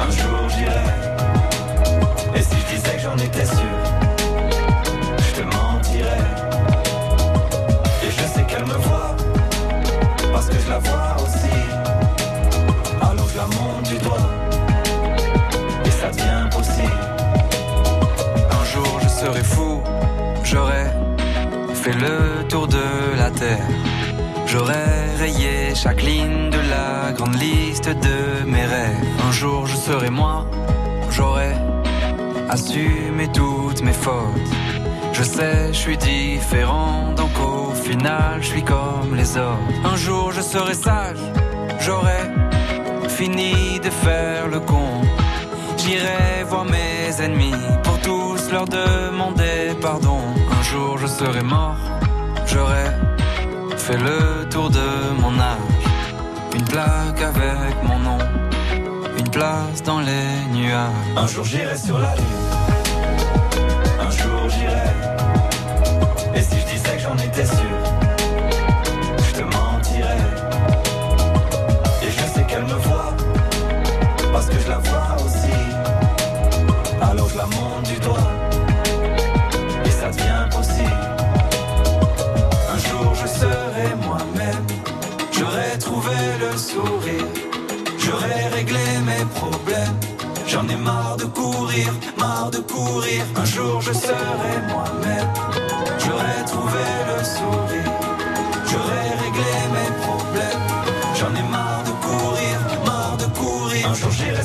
S11: un jour j'irai. Et si je disais que j'en étais sûr, je te mentirais. Et je sais qu'elle me voit, parce que je la vois aussi. Alors je la monte du doigt, et ça devient possible. Un jour je serai fou, j'aurai fait le tour de la terre. J'aurai rayé chaque ligne de la grande liste de mes rêves. Un jour je serai moi, j'aurai assumé toutes mes fautes. Je sais, je suis différent, donc au final je suis comme les autres. Un jour je serai sage, j'aurai fini de faire le con. J'irai voir mes ennemis pour tous leur demander pardon. Un jour je serai mort, j'aurai fait le tour de mon âge. Une plaque avec mon nom, une place dans les nuages. Un jour j'irai sur la lune, un jour j'irai. Et si je disais que j'en étais sûr, je te mentirais. Et je sais qu'elle me voit parce que je la vois aussi. Alors je la monte du doigt et ça devient possible. Un jour je serai moi-même, j'aurai trouvé le sourire, j'aurai réglé mes problèmes. J'en ai marre de courir, marre de courir. Un jour je serai moi-même, j'aurai trouvé le sourire, j'aurai réglé mes problèmes. J'en ai marre de courir, marre de courir. Un jour j'irai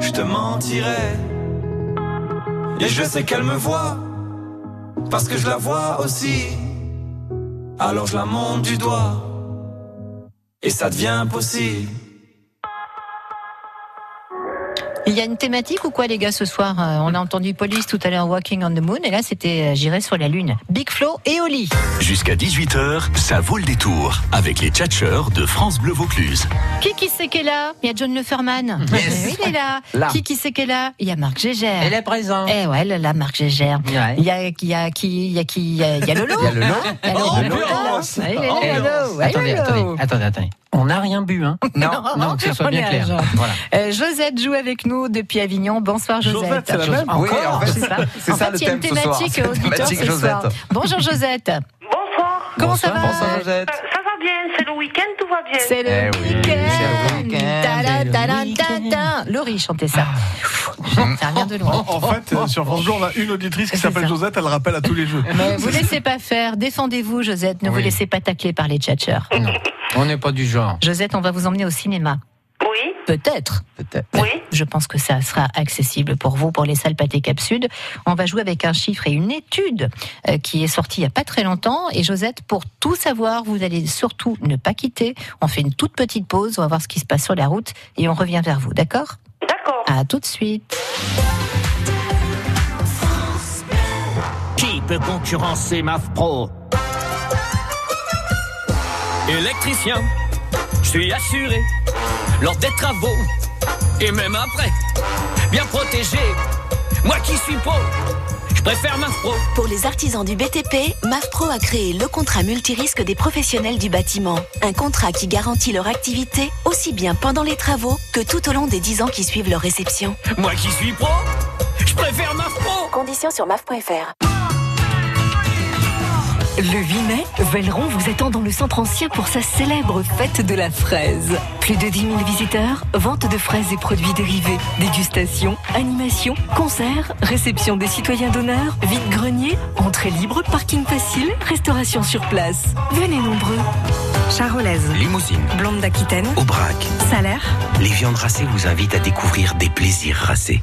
S11: je te mentirais. Et je sais qu'elle me voit, parce que je la vois aussi. Alors je la monte du doigt, et ça devient possible.
S2: Il y a une thématique ou quoi, les gars, ce soir Euh, On a entendu Police tout à l'heure, Walking on the Moon, et là, c'était euh, J'irai sur la Lune. Big Flo et Oli.
S1: Jusqu'à 18h, ça vaut le détour avec les tchatcheurs de France Bleu Vaucluse.
S2: Qui qui c'est qui est là Il y a John Leferman. Eh
S1: Yes.
S2: Oui, Il est là.
S1: Là.
S2: Qui qui c'est qui est là Il y a Marc Gégère.
S1: Elle
S2: est
S4: présent.
S2: Eh ouais, là, là, Marc Gégère.
S4: Ouais.
S2: Il y a, il y a qui Il y a qui Il y a, il y a Lolo.
S4: Il y a Lolo.
S2: Il y a Lolo.
S4: Oh,
S2: Lolo.
S4: ambiance.
S2: Ouais, il est là, Lolo. Ouais,
S4: oh, Attendez,
S2: Lolo.
S4: attendez, attendez, attendez. On n'a rien bu, hein
S2: Non.
S4: non, que ce
S2: On
S4: soit bien
S2: est à
S4: clair.
S2: jeun.
S4: Voilà.
S2: Euh, Josette joue avec nous depuis Avignon. Bonsoir Josette.
S4: Josette, c'est la même
S2: Encore,
S4: Oui, en fait,
S2: c'est ça.
S4: c'est
S2: En
S4: ça
S2: fait,
S4: le
S2: il y a une
S4: thème ce soir.
S2: thématique
S4: C'est la
S2: auditeur
S4: thématique
S2: ce soir.
S4: Josette.
S2: Bonjour Josette. Bonsoir. Comment ça va
S12: Bonsoir, Euh,
S3: Josette.
S12: Ça, ça va bien, c'est le week-end, tout va bien.
S2: C'est le
S4: Eh
S2: week-end. Ta-da, ta-da, ta-da. Laurie chantait ça.
S4: Ah. Mmh.
S2: Ça revient de loin.
S5: En fait, euh, sur France Bleu, on a une auditrice qui s'appelle Josette, elle rappelle à tous les jeux.
S2: Mais vous laissez pas faire. Défendez-vous, Josette. Ne vous laissez pas tacler par les tchatcheurs.
S4: On n'est pas du genre.
S2: Josette, on va vous emmener au cinéma.
S12: Oui.
S2: Peut-être.
S4: Peut-être.
S12: Oui.
S2: Je pense que ça sera accessible pour vous, pour les salles Pathé Cap Sud. On va jouer avec un chiffre et une étude euh, qui est sortie il n'y a pas très longtemps. Et Josette, pour tout savoir, vous allez surtout ne pas quitter. On fait une toute petite pause, on va voir ce qui se passe sur la route et on revient vers vous, d'accord
S12: D'accord.
S2: À tout de suite.
S13: Qui peut concurrencer MAF Pro Électricien, je suis assuré lors des travaux et même après, bien protégé. Moi qui suis pro, je préfère MAF Pro.
S7: Pour les artisans du BTP, MAFPRO a créé le contrat multirisque des professionnels du bâtiment. Un contrat qui garantit leur activité aussi bien pendant les travaux que tout au long des 10 ans qui suivent leur réception.
S13: Moi qui suis pro, je préfère MAF Pro.
S7: Conditions sur MAF.fr.
S14: Le 8 mai, Velleron vous attend dans le centre ancien pour sa célèbre fête de la fraise. Plus de 10 000 visiteurs, vente de fraises et produits dérivés, dégustation, animation, concerts, réception des citoyens d'honneur, vide-grenier, entrée libre, parking facile, restauration sur place. Venez nombreux.
S15: Charolaise,
S16: Limousine,
S15: Blonde d'Aquitaine,
S16: Aubrac.
S15: Salaire.
S16: Les viandes racées vous invitent à découvrir des plaisirs racés.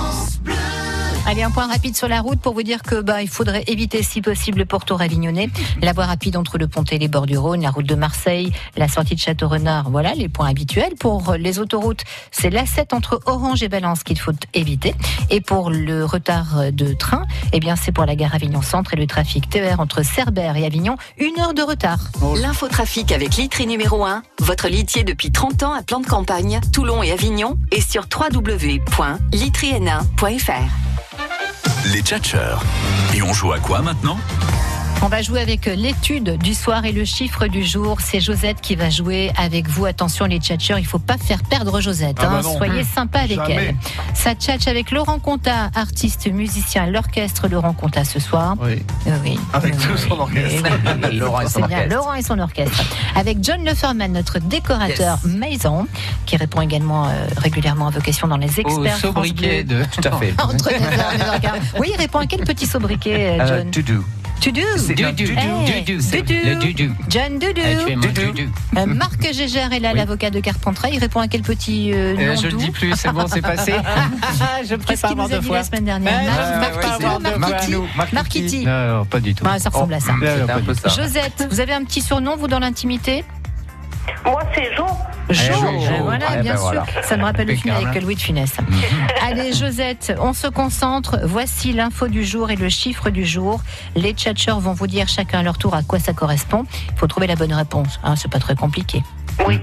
S2: Allez, un point rapide sur la route pour vous dire que bah, il faudrait éviter si possible le porto ravignonnais, la voie rapide entre le Pontet et les bords du Rhône, la route de Marseille, la sortie de Château-Renard, voilà les points habituels. Pour les autoroutes, c'est l'A7 entre Orange et Valence qu'il faut éviter. Et pour le retard de train, eh bien c'est pour la gare Avignon-Centre et le trafic TER entre Cerbère et Avignon, une heure de retard.
S14: L'infotrafic avec Litry numéro 1, votre litier depuis 30 ans à plan de campagne, Toulon et Avignon, et sur www.litryn1.fr.
S1: Les tchatcheurs. Et on joue à quoi maintenant
S2: On va jouer avec l'étude du soir et le chiffre du jour. C'est Josette qui va jouer avec vous. Attention les tchatcheurs, il faut pas faire perdre Josette.
S14: Ah bah
S2: hein.
S14: non.
S2: Soyez
S14: Hum,
S4: Mmh.
S2: sympa avec
S14: jamais.
S2: elle. Ça tchatche avec Laurent Conta, artiste, musicien à l'orchestre Laurent Conta ce soir. Euh,
S5: Oui.
S2: oui.
S5: Avec tout son orchestre.
S2: C'est bien, Laurent et son orchestre. Avec John Leferman, notre décorateur maison, qui répond également euh, régulièrement à vos questions dans les
S4: Au
S2: experts. France
S4: sobriquet
S2: Bleu.
S4: de. Tout à fait.
S2: Entre 9h et 9h15. Oui, il répond à quel petit sobriquet,
S4: Ah
S2: euh, John
S4: do.
S2: To do.
S4: C'est
S2: Do
S4: le
S2: do.
S4: Dudu.
S2: Hey,
S4: Dudu.
S2: Dudu.
S4: C'est le Dudu.
S2: John Dudu.
S4: Ah, tu es mon Dudu. Dudu.
S2: Euh, Marc Gégère est là, l'avocat de Carpentras. Il répond à quel petit euh, nom
S4: Euh, je le
S2: doux
S4: dis plus, c'est bon, c'est passé.
S2: je
S4: prépare
S2: Qu'est-ce qu'il nous a
S4: deux
S2: dit
S4: fois.
S2: la semaine dernière
S4: Eh,
S2: Marc-
S4: je
S2: Marc-
S4: prépare
S2: Marc-
S4: deux fois.
S2: Marquiti.
S4: Marquiti.
S2: Marquiti.
S4: Non, non, pas du tout.
S2: Ah, ça ressemble à ça.
S4: C'était un peu ça.
S2: Josette, vous avez un petit surnom, vous, dans l'intimité
S12: Moi, c'est Jo.
S2: Jo,
S4: Jo, Jo.
S2: voilà,
S4: Eh ben
S2: bien sûr.
S4: voilà.
S2: Ça me rappelle le film
S4: Impeccable. Mhm.
S2: avec Louis de Funès. Allez, Josette, on se concentre. Voici l'info du jour et le chiffre du jour. Les tchatcheurs vont vous dire chacun à leur tour à quoi ça correspond. Il faut trouver la bonne réponse. Hein, c'est pas très compliqué.
S12: Oui.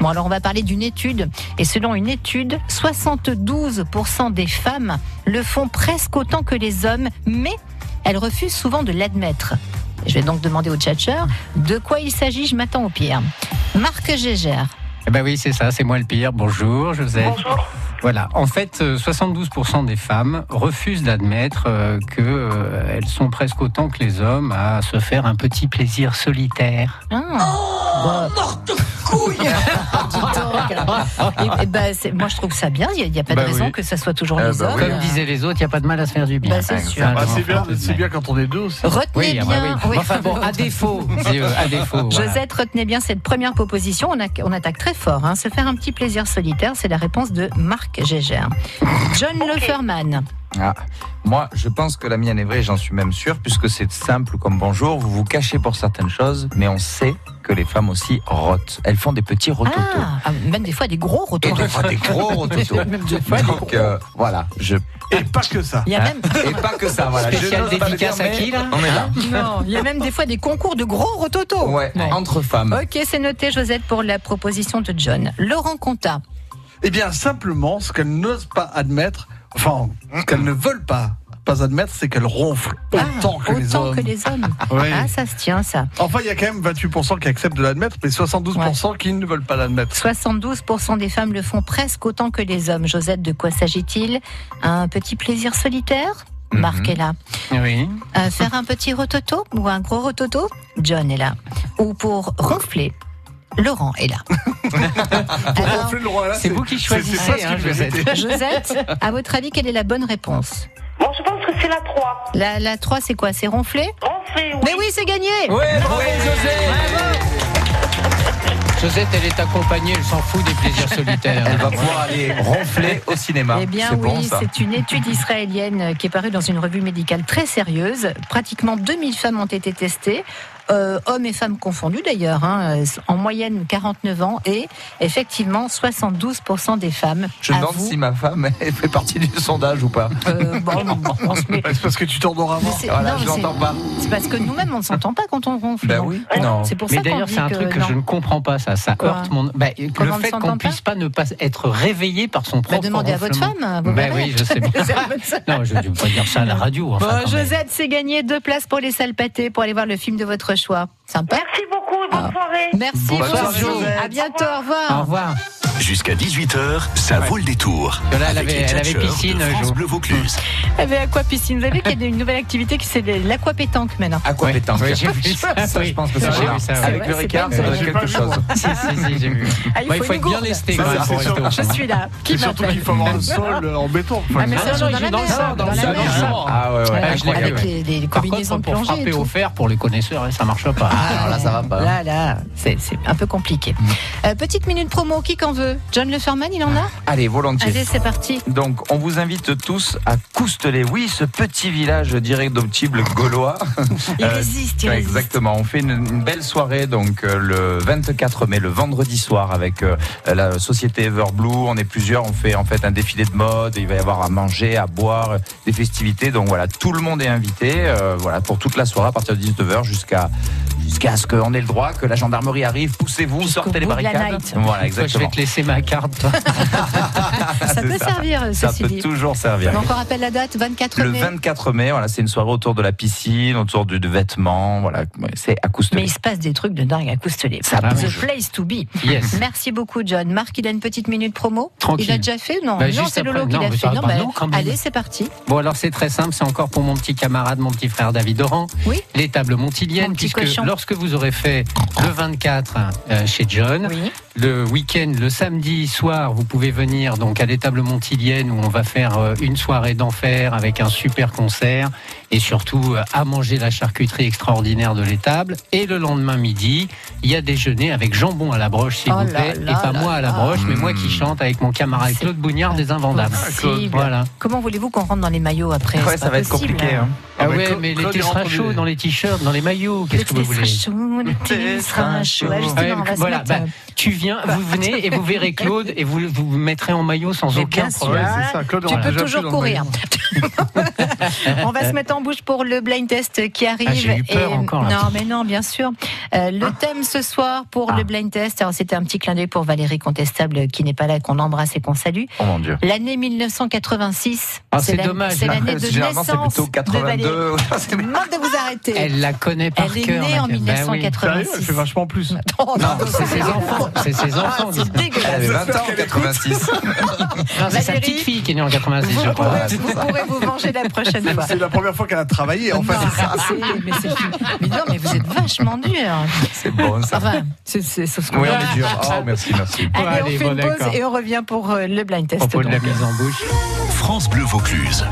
S2: Bon, alors on va parler d'une étude. Et selon une étude, 72% des femmes le font presque autant que les hommes, mais elles refusent souvent de l'admettre. Je vais donc demander au tchatcheur de quoi il s'agit. Je m'attends au pire. Marc Gégère.
S4: Eh ben oui, c'est ça, c'est moi le pire. Bonjour, Joseph. Bonjour. Voilà, en fait, euh, 72% des femmes refusent d'admettre euh, qu'elles sont presque autant que les hommes à se faire un petit plaisir solitaire.
S2: Oh, Et, et ben, c'est- moi, je trouve ça bien. Il n'y a, pas
S4: Bah
S2: de raison
S4: oui. bah
S2: que ça soit toujours les hommes.
S4: Comme disaient les autres, il n'y a pas de mal à se faire du bien.
S2: Bah, c'est sûr.
S5: Ah, c'est bien, c'est bien quand on est deux aussi.
S2: Retenez
S4: Oui, ah
S2: bien.
S4: bah oui.
S2: oui.
S4: Enfin bon, à défaut, dis, euh, à défaut. voilà.
S2: Josette, retenez bien cette première proposition. On, a- on attaque très fort. hein. Se faire un petit plaisir solitaire, c'est la réponse de Marc Gégère. John Leferman.
S3: Ah. Moi, je pense que la mienne est vraie, j'en suis même sûr, puisque c'est simple comme bonjour. Vous vous cachez pour certaines choses, mais on sait que les femmes aussi rotent. Elles font des petits rototos.
S2: Ah, ah, même des fois des gros
S3: Et
S2: retours.
S3: des fois des gros rototos. Donc euh, voilà, je
S5: et pas que ça.
S2: Il y a même-
S3: Et pas que ça, voilà.
S4: Spécial
S3: n'ose pas le
S4: dédicace
S3: dire,
S4: à
S3: mais
S4: qui, là
S3: On est là.
S2: Non, il y a même des fois des concours de gros rototos.
S3: Ouais, entre femmes.
S2: Ok, c'est noté, Josette, pour la proposition de John. Laurent Conta.
S5: Eh bien, simplement, ce qu'elles n'osent pas admettre, enfin, ce qu'elles ne veulent pas, pas admettre, c'est qu'elles ronflent autant que les
S2: Ah, Autant
S5: hommes.
S2: que les hommes.
S5: Oui.
S2: Ah, ça se tient, ça.
S5: Enfin, il y a quand même 28% qui acceptent de l'admettre, mais 72% qui ne veulent pas l'admettre.
S2: 72% des femmes le font presque autant que les hommes. Josette, de quoi s'agit-il Un petit plaisir solitaire Marc est là.
S4: Oui.
S2: Euh, faire un petit rototo ou un gros rototo John est là. Ou pour ronfler Laurent est là. Ah, Alors,
S4: C'est vous qui choisissez, hein, Josette.
S2: Josette, à votre avis, quelle est la bonne réponse Bon, je pense que c'est la 3. La, 3, c'est quoi C'est ronfler Ronfler, oui. Mais oui, c'est gagné
S4: Josette, elle est accompagnée, elle s'en fout des plaisirs solitaires.
S3: Elle va pouvoir aller ronfler au cinéma.
S2: Eh
S3: Bah,
S2: bien
S3: C'est
S2: oui,
S3: bon, ça.
S2: c'est une étude israélienne qui est parue dans une revue médicale très sérieuse. Pratiquement 2000 femmes ont été testées. euh, hommes et femmes confondus d'ailleurs, hein, euh, en moyenne 49 ans et effectivement 72% des femmes.
S3: Je me demande
S2: avouent-
S3: si ma femme Ah, elle fait partie du sondage ou pas.
S2: Euh,
S5: C'est parce que tu t'endors
S2: Mais
S5: avant.
S2: c'est-
S3: Voilà,
S2: non,
S3: Ah, je l'entends
S2: c'est-
S3: pas. Bah
S2: C'est parce que nous-mêmes on ne s'entend pas quand on ronfle.
S4: Ben
S2: non
S4: oui,
S2: Ouais,
S4: non.
S2: C'est pour
S4: Mais
S2: ça qu'on
S4: d'ailleurs,
S2: dit
S4: c'est un
S2: que
S4: truc que
S2: non. Bah,
S4: je ne comprends pas, ça. Ça
S2: Quoi
S4: heurte mon. Bah,
S2: Qu'on
S4: le
S2: ne
S4: fait
S2: s'entend
S4: qu'on
S2: pas
S4: puisse pas ne pas être réveillé par son propre.
S2: Bah, demandez à votre
S4: ronflement.
S2: femme, hein, à vos
S4: Ben
S2: mamies.
S4: oui, je sais bien. non, je ne vais pas dire ça à la radio. enfin,
S2: Bon,
S4: quand même.
S2: Josette, c'est gagné deux places pour les salles pâtées pour aller voir le film de votre choix. Sympa. Merci beaucoup et bonne soirée. Merci,
S1: Bonne
S2: vous
S1: soirée,
S2: aussi.
S1: Josette.
S2: À bientôt, au revoir.
S4: revoir.
S1: Jusqu'à 18h, ça vaut le détour.
S4: Parce que là, elle
S1: Avec
S4: avait-
S1: les
S4: elle avait
S1: tchatcheurs de
S4: piscine, Hum.
S1: France
S4: Jo.
S1: Bleu Vaucluse.
S2: Eh bien, aquapiscine. Vous avez vu qu'il y a une nouvelle activité qui c'est de l'aquapétanque maintenant.
S3: Aquapétanque.
S4: Oui, j'ai vu ça,
S3: Ça, je
S4: oui.
S3: pense que c'est
S4: J'ai
S3: voilà.
S4: vu ça, oui.
S3: Avec le
S4: C'est
S3: Ricard,
S4: pas
S3: ça doit
S4: mal.
S3: être quelque
S4: J'ai pas vu,
S3: chose.
S4: moi. Si, si, si, j'ai vu.
S2: Ah, il
S4: Bah,
S2: faut
S4: il faut
S2: une
S4: être bien Ah,
S2: gourde.
S4: lesté.
S2: Ça,
S4: quand même,
S2: c'est
S4: pour
S2: sûr.
S4: rester au
S2: Je
S4: fond.
S2: suis là. Qui
S5: C'est surtout
S2: m'appelle Bah,
S5: qu'il faut avoir le sol euh, en béton.
S2: Ah, mais ça,
S4: Ah non, il
S2: on joue
S4: joue
S2: dans
S4: dans
S2: la
S4: le
S2: mer,
S4: sable,
S2: dans la
S4: dans le
S2: mer.
S4: sable.
S3: Ah ouais, ouais.
S4: Ouais,
S3: incroyable.
S2: Avec les, les
S4: Par
S2: combinaisons
S4: contre, pour
S2: de plongée
S4: frapper
S2: et
S4: au
S2: tout.
S4: fer, pour les connaisseurs, hein, ça marche pas. Mm.
S3: Ah, alors là, ça va pas.
S2: Là, là, c'est c'est un peu compliqué. Euh, petite minute promo, qui qu'en veut John Leferman, il en a
S3: Allez, volontiers.
S2: Allez, c'est parti.
S3: Donc, on vous invite tous à Coustelet. Oui, ce petit village d'irréductible gaulois.
S2: Il
S3: Euh,
S2: résiste, il
S3: ouais,
S2: résiste.
S3: Exactement. On fait une, une belle soirée, donc euh, le 24 mai, le vendredi soir, avec euh, la société Everblue. On est plusieurs. On fait en fait un défilé de mode. Il va y avoir à manger, à boire, euh, des festivités. Donc voilà, tout le monde est invité. euh, voilà, pour toute la soirée, à partir de 19h jusqu'à jusqu'à ce qu'on ait le droit, que la gendarmerie arrive. Poussez-vous, sortez les
S2: bout de la
S3: barricades.
S2: night.
S3: Voilà,
S4: Toi, je vais
S3: exactement.
S4: te laisser ma carte. toi.
S2: Ah, Ça
S3: C'est
S2: peut servir, euh,
S3: Ça
S2: ceci
S3: peut
S2: dit.
S3: toujours servir.
S2: Mais Encore rappelle la date, 24
S3: Le
S2: mai.
S3: 24 mai, voilà, c'est une soirée autour de la piscine, autour du, du vêtement, voilà, ouais, c'est à
S2: Mais
S3: Coustelet.
S2: il se passe des trucs de dingue à Coustelet.
S3: Ça
S2: The
S3: bouge.
S2: place to be.
S4: Yes.
S2: Merci beaucoup, John. Marc, il a une petite minute promo.
S4: Tranquille.
S2: Il a déjà fait Non,
S4: Bah,
S2: non
S4: juste
S2: c'est Lolo
S4: après.
S2: qui
S4: Non,
S2: l'a
S4: mais
S2: fait.
S4: ça-
S2: Non,
S4: bah,
S2: bah,
S4: non, quand même.
S2: allez, c'est parti.
S4: Bon, alors c'est très simple, c'est encore pour mon petit camarade, mon petit frère David Oran.
S2: Oui.
S4: Les tables montiliennes,
S2: Mon petit
S4: puisque
S2: cochon.
S4: lorsque vous aurez fait le 24 euh, chez John,
S2: Oui.
S4: le week-end, le samedi soir, vous pouvez venir donc à les tables montiliennes où on va faire euh, une soirée d'enfer avec un super concert et surtout euh, à manger la charcuterie extraordinaire de l'étable. Et le lendemain midi, il y a déjeuner avec jambon à la broche, s'il
S2: Oh
S4: vous
S2: là
S4: plaît,
S2: là
S4: et pas
S2: là
S4: moi à la
S2: là.
S4: broche, mais moi qui chante avec mon camarade Claude Bougnard des Invendables.
S2: Possible.
S4: Ah, Voilà.
S2: Comment voulez-vous qu'on rentre dans les maillots après
S3: Ouais,
S2: C'est
S3: ça
S2: pas
S3: va être
S2: possible,
S3: compliqué.
S2: hein.
S3: hein.
S4: Ah
S5: mais
S4: ouais,
S5: Claude-
S4: mais
S5: bah, Claude,
S4: l'été
S5: il
S4: sera
S5: rentre
S4: chaud
S5: des-
S4: dans les t-shirts, dans les maillots. Qu'est-ce que vous
S2: Le
S4: voulez
S2: thé sera chaud, le thé sera chaud. Ouais, justement,
S4: Ouais,
S2: on va se
S4: voilà,
S2: mettre,
S4: bah,
S2: euh,
S4: tu viens, vous venez et vous verrez Claude et vous vous vous mettrez en maillot sans
S2: Mais
S4: aucun
S2: bien sûr.
S4: problème. Bah
S5: c'est ça, Claude
S2: tu
S5: aura
S2: peux
S5: déjà
S2: toujours
S5: fait dans le
S2: courir. On va se mettre en bouche pour le blind test qui arrive.
S4: Ah, j'ai eu peur
S2: et-
S4: encore, là. Ah.
S2: Non, mais non, bien sûr. Euh, le thème ce soir pour le blind test, alors c'était un petit clin d'œil pour Valérie Contestable qui n'est pas là, qu'on embrasse et qu'on salue.
S3: Oh mon dieu.
S2: L'année 1986.
S4: Ah, c'est
S2: la-
S4: dommage,
S2: C'est
S4: là.
S2: l'année de
S3: Généralement,
S2: naissance
S3: c'est plutôt
S2: de
S3: 82, deux.
S2: Demande de vous arrêter.
S4: Elle la connaît par
S2: Elle est
S4: cœur,
S2: née en
S4: ma- Ben oui.
S2: 1986.
S5: Elle fait vachement plus.
S2: Oh,
S4: Non, c'est ses enfants. C'est ses enfants.
S2: Ah, C'est dégueulasse.
S3: Elle avait 20 ans en 86.
S4: Non, c'est sa petite fille qui est née en 86, je crois.
S2: Vous pourrez vous venger la prochaine
S5: C'est-
S2: fois.
S5: C'est la première fois qu'elle a travaillé, en fait.
S4: Ah,
S2: C'est- mais, c'est- mais non, mais vous êtes vachement dur.
S3: C'est bon, ça.
S2: Enfin, c'est c'est- sauf ce qu'on
S3: Oui,
S2: a.
S3: on est dur. Oh, merci, merci.
S2: Allez,
S4: Allez,
S2: on fait
S4: bon,
S2: une pause
S4: d'accord.
S2: et on revient pour euh, le blind test.
S4: Propos de la
S2: donc.
S4: mise en bouche.
S1: France Bleu Vaucluse.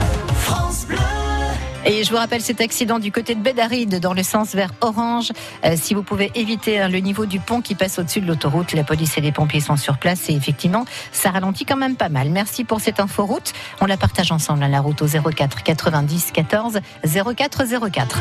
S2: Et je vous rappelle cet accident du côté de Bédaride, dans le sens vers Orange. Euh, si vous pouvez éviter hein, le niveau du pont qui passe au-dessus de l'autoroute, la police et les pompiers sont sur place et effectivement, ça ralentit quand même pas mal. Merci pour cette inforoute. On la partage ensemble, hein, la route au 04 90 14 04 04.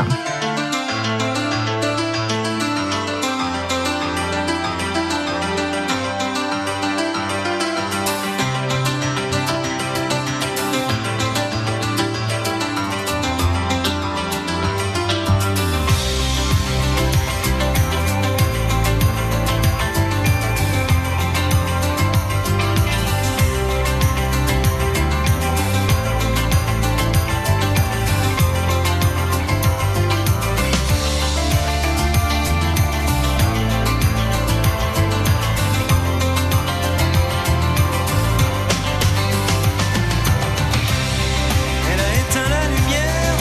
S6: Elle a éteint la lumière,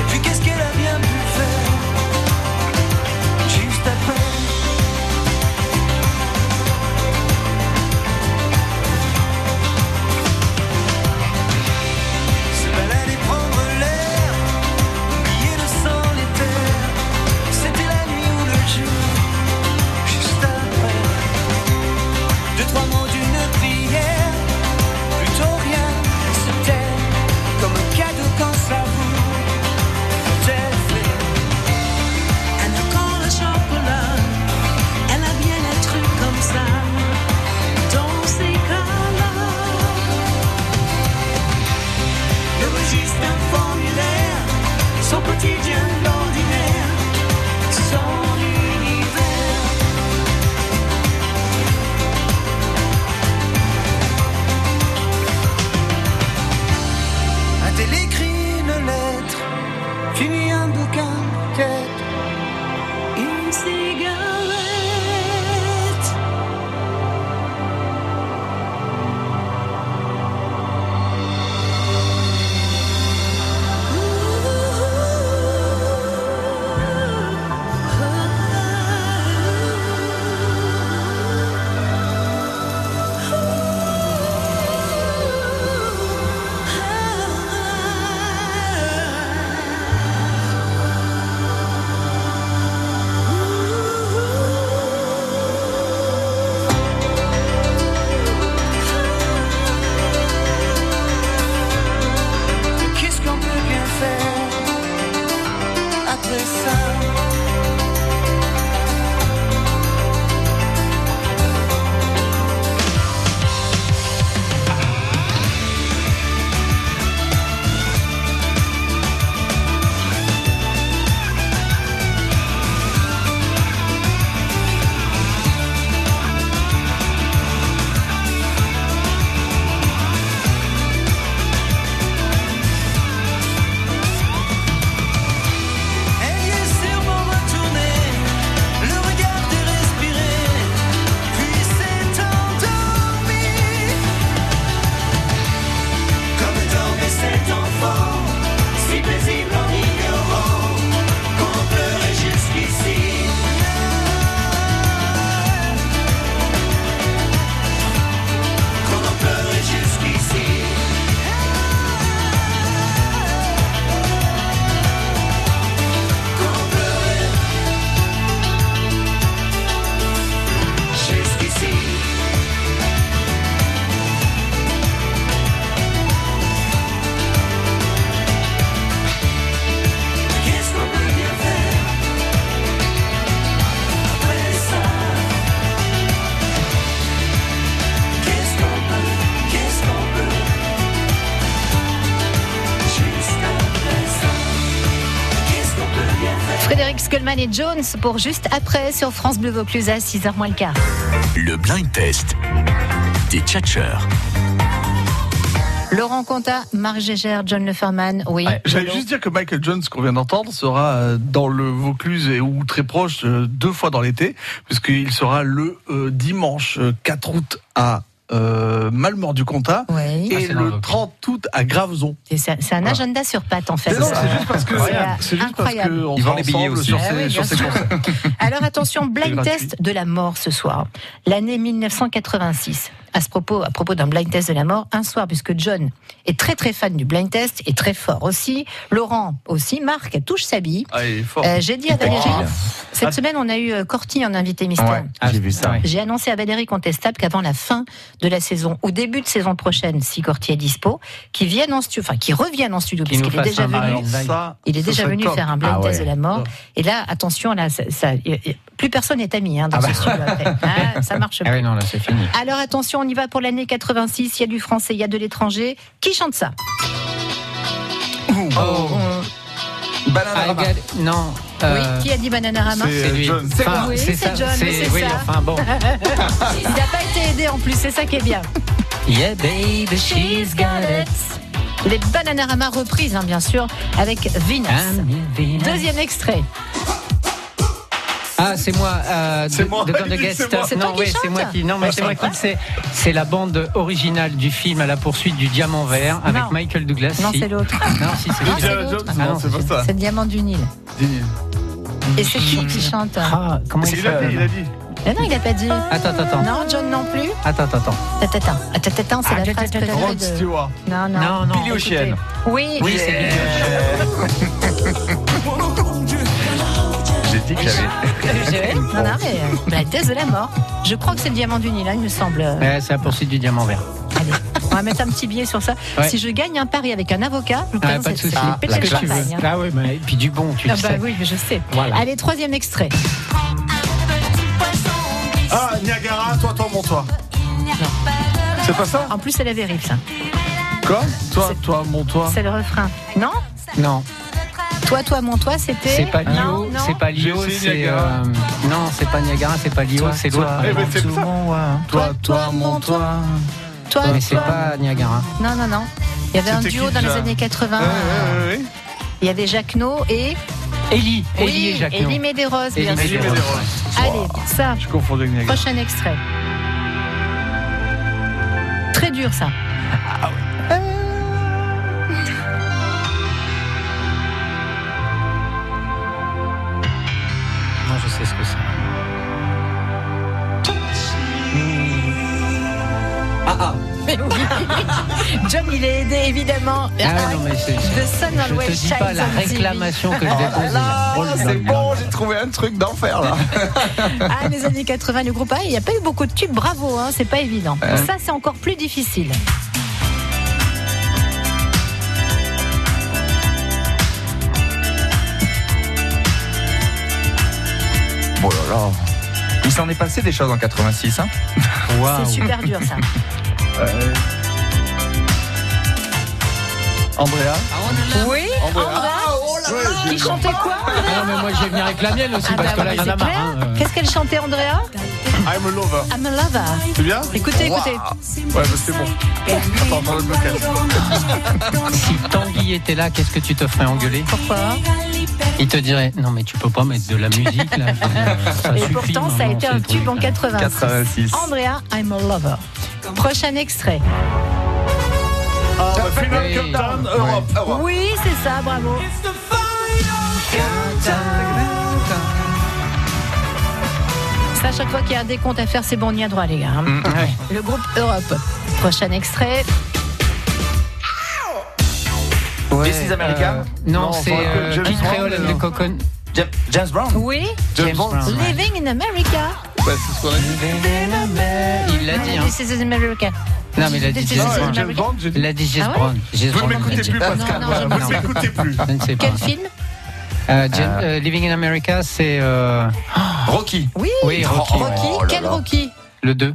S6: et puis qu'est-ce qu'elle a bien pu faire Juste à peine. Se balader, prendre l'air, oublier le sang, les terres. C'était la nuit ou le jour, juste après. Deux, trois mots d'une prière, plutôt rien, se taire comme un cadeau quand ça vous est fait. Elle a quand le chocolat, elle a bien un truc comme ça, dans ces cas-là. Le registre d'un formulaire, son quotidien d'ordinaire, son univers. Un tel écrit une lettre, finit un bouquin, peut-être une cigarette. Qu'est-ce qu'on peut bien faire après ça Elle y est sûrement retournée, le regard est respiré, puis s'est endormie. Comme dormait cet enfant, si paisible en ignorant, qu'on pleurait jusqu'ici. Qu'on en pleurait jusqu'ici. Jusqu'ici, qu'est-ce qu'on peut bien faire après ça? Qu'est-ce qu'on peut, qu'est-ce qu'on peut juste après ça? Qu'est-ce qu'on peut bien faire?
S2: Frédéric Skolman et Jones pour juste après sur France Bleu Vaucluse à 6h moins le quart.
S1: Le blind test des tchatcheurs.
S2: Laurent Conta, Marc Gégère, John Leferman, oui.
S5: J'allais juste dire que Michael Jones, qu'on vient d'entendre, sera euh, dans le Vaucluse et ou très proche euh, deux fois dans l'été, puisqu'il sera le euh, dimanche euh, 4 août à euh, Malmort-du-Comtat
S2: Oui. Ah,
S5: et
S2: c'est dans le
S5: le
S2: Vaucluse.
S5: 30 août à Graveson.
S2: C'est ça, c'est un
S5: Voilà.
S2: agenda sur pattes en fait.
S5: Mais non, c'est juste parce que-
S2: c'est
S5: c'est juste parce
S2: incroyable.
S5: que on Ils vendent sera les billets ensemble aussi. sur
S2: Ah
S5: ces-
S2: oui,
S5: sur
S2: bien
S5: ces
S2: sûr. Alors attention, blind
S5: gratuit.
S2: test de la mort ce soir. L'année 1986. À ce propos, à propos d'un blind test de la mort, un soir, puisque John est très très fan du blind test et très fort aussi, Laurent aussi, Marc touche sa bille.
S5: Ah, il est fort.
S2: Euh, J'ai dit à Valérie,
S5: Oh.
S2: cette semaine on a eu euh, Corti en invité mystère.
S5: Ouais, ah, j'ai vu ça. Ouais.
S2: J'ai annoncé à Valérie Contestable qu'avant la fin de la saison, ou début de saison prochaine, si Corti est dispo, qu'il vienne en studio, enfin qu'il revienne en studio,
S4: Qu'il
S2: puisqu'il
S4: nous
S2: est
S4: fasse
S2: déjà
S4: un
S2: venu.
S4: blind test. Ça,
S2: il est
S4: ça
S2: déjà
S4: serait
S2: venu
S4: top.
S2: faire un blind
S4: Ah
S2: test
S4: ouais.
S2: de la mort. Et là, attention, là, ça, ça- y- y- plus personne n'est ami hein, dans
S4: bah.
S2: ce studio après. Ah, ça marche
S4: Ah oui, non, là, c'est fini.
S2: alors attention, on y va pour l'année 86. Il y a du français, il y a de l'étranger. Qui chante ça
S5: Oh.
S4: Bananarama. Ah, non. euh,
S2: Oh. Oui, qui a dit Bananarama
S4: C'est, euh, John. C'est moi.
S2: Oui,
S4: C'est
S2: c'est
S4: ça,
S2: John, mais
S4: c'est-
S2: c'est
S4: oui,
S2: ça.
S4: enfin, bon.
S2: il n'a pas été aidé en plus, c'est ça qui est bien.
S4: Yeah, baby, she's got it.
S2: Les Bananarama reprises, hein, bien sûr, avec Venus. Deuxième extrait.
S4: Ah, c'est moi, euh,
S2: C'est
S4: de-
S2: moi,
S4: de Gone
S2: il dit
S4: Guest.
S2: c'est moi. C'est toi
S4: Non,
S2: qui
S4: oui, c'est
S2: chante
S4: moi qui. Non, mais
S2: Ah,
S4: c'est
S2: je
S4: moi
S2: sais
S4: qui le sais. C'est la bande originale du film À la poursuite du diamant vert avec
S2: Non.
S4: Michael Douglas.
S2: Non,
S4: si.
S2: c'est l'autre.
S4: Non, si, c'est
S2: Non,
S4: lui.
S2: c'est l'autre.
S4: Ah, non, c'est pas ça.
S2: C'est Diamant du Nil. Et c'est qui qui chante
S4: Ah, comment il s'appelle
S2: Ah Non, il n'a pas dit.
S4: Attends, attends, attends.
S2: Non, John non plus.
S4: Attends, attends, attends.
S2: Attends, attends, attends, attends, c'est la phrase
S4: attends,
S2: préférée
S4: Rod
S2: de...
S4: Stewart.
S2: Non, Ah non.
S4: Non, non. Billy
S2: Écoutez.
S4: Ocean.
S2: Oui.
S4: Oui, c'est Billy
S3: J'ai dit que j'avais.
S2: Non, non, mais euh, la thèse de la mort. Je crois que c'est le diamant du Nil, hein, il me semble.
S4: Ouais, Eh, c'est la poursuite du diamant vert.
S2: On va mettre un petit billet sur ça.
S4: Ouais.
S2: Si je gagne un pari avec un avocat, je vous
S4: Ah,
S2: présente
S4: pas de
S2: cette-
S4: soucis.
S2: cette
S4: Ah,
S2: pétale
S4: que tu
S2: champagne,
S4: veux.
S2: hein.
S4: Ah oui, mais et puis du bon, tu
S2: Ah
S4: le
S2: bah
S4: sais.
S2: oui, mais je sais.
S4: Voilà.
S2: Allez, troisième extrait.
S5: Ah, Niagara, toi, toi, mon toi. C'est pas ça
S2: En plus, c'est la vérif, ça.
S5: Quoi Toi, toi, mon toi.
S2: C'est le refrain. Non
S4: Non,
S2: Toi, toi, mon toi, c'était.
S4: c'est pas Lio,
S2: Hein Non, non.
S4: c'est pas Lio,
S5: J'ai essayé
S4: c'est.
S5: Niagara.
S4: euh, Non, c'est pas Niagara, c'est pas Lio, c'est l'autre.
S5: Eh ben, c'est ça. Toi, toi, mon toi.
S2: Toi,
S4: Mais c'est
S2: toi.
S4: pas Niagara.
S2: Non, non, non. Il y avait un
S4: C'était
S2: duo
S4: qui,
S2: dans les
S4: déjà
S2: années 80.
S4: Ouais, ouais,
S2: euh,
S4: ouais, ouais.
S2: Il y avait Jacques No et.
S4: Ellie, Ellie
S2: Oui,
S4: et Jacques No.
S2: Ellie Medeiros, bien
S4: Ellie
S2: sûr.
S4: Medeiros.
S2: Allez, ça,
S5: Je confonds avec Niagara.
S2: prochain extrait. Très dur, ça.
S4: Non, je sais ce que c'est. Ah ah
S2: Mais oui. John, il est aidé, évidemment.
S4: Ah ouais, non, mais c'est- c'est-
S2: The Sun
S4: je
S2: on
S4: te
S2: West
S4: dis pas
S2: Shines
S4: la
S2: on TV.
S4: réclamation
S5: Oh
S4: que je dépose.
S3: c'est bon, j'ai trouvé un truc d'enfer là.
S2: Ah, les années 80, le groupe A, il n'y a pas eu beaucoup de tubes, bravo, hein, c'est pas évident.
S3: Ouais.
S2: Ça, c'est encore plus difficile.
S3: Oh là là. Il s'en est passé des choses en 86, hein
S2: C'est super dur, ça.
S5: Andrea
S3: Ah
S2: Oui, Andrea. Qui chantait quoi
S4: oh Ah non, mais moi, je vais venir avec la mienne aussi,
S2: Ah,
S4: parce
S2: bah,
S4: que là,
S2: bah,
S4: il y en a
S2: c'est
S4: marre.
S2: clair.
S4: hein, euh.
S2: Qu'est-ce qu'elle chantait, Andrea
S5: I'm a lover.
S2: I'm a lover.
S5: C'est bien
S2: bah. Écoutez, écoutez.
S5: Ouais, bah, c'est bon. Attends, parle de blocage.
S4: Si Tanguy était là, qu'est-ce que tu te ferais engueuler
S2: Pourquoi
S4: Il te dirait non mais tu peux pas mettre de la musique là.
S2: Et pourtant, ça a été un tube
S4: hein.
S2: en 86.
S4: 86.
S2: Andrea, I'm a lover. Prochain extrait.
S5: Ah, bah, Final Countdown, Europe. Europe.
S2: Oui, c'est ça, bravo. Ça, à chaque fois qu'il y a un décompte à faire, c'est bon, on y a droit, les gars. hein.
S4: Mm.
S2: Le groupe Europe. Prochain extrait.
S3: This is America
S4: Euh, Non, c'est
S3: faudrait que
S4: euh,
S3: James
S4: Kid
S3: Brown,
S4: Creole and
S3: euh,
S4: the Coconuts.
S3: Jam- James Brown
S2: Oui.
S3: James Bond.
S2: Living in America.
S5: Bah, c'est ce qu'on a dit.
S4: Il l'a dit. Hein.
S2: This is America.
S4: Non mais il a dit
S2: This is
S4: James
S2: America.
S4: Brown. Il a dit James
S2: Ah ouais
S4: Brown. James
S5: Vous ne
S4: Brown, il a
S5: m'écoutez
S4: dit-
S5: plus, Pascal.
S2: non, non,
S5: Vous
S4: non.
S5: ne m'écoutez plus.
S4: Je ne sais pas.
S2: Quel film
S4: Euh, Jam- euh, Living in America, c'est euh,
S3: Rocky.
S2: Oui.
S4: Oui, Rocky,
S2: Rocky.
S3: ouais. Oh là
S2: Quel
S3: là.
S2: Rocky
S4: le 2.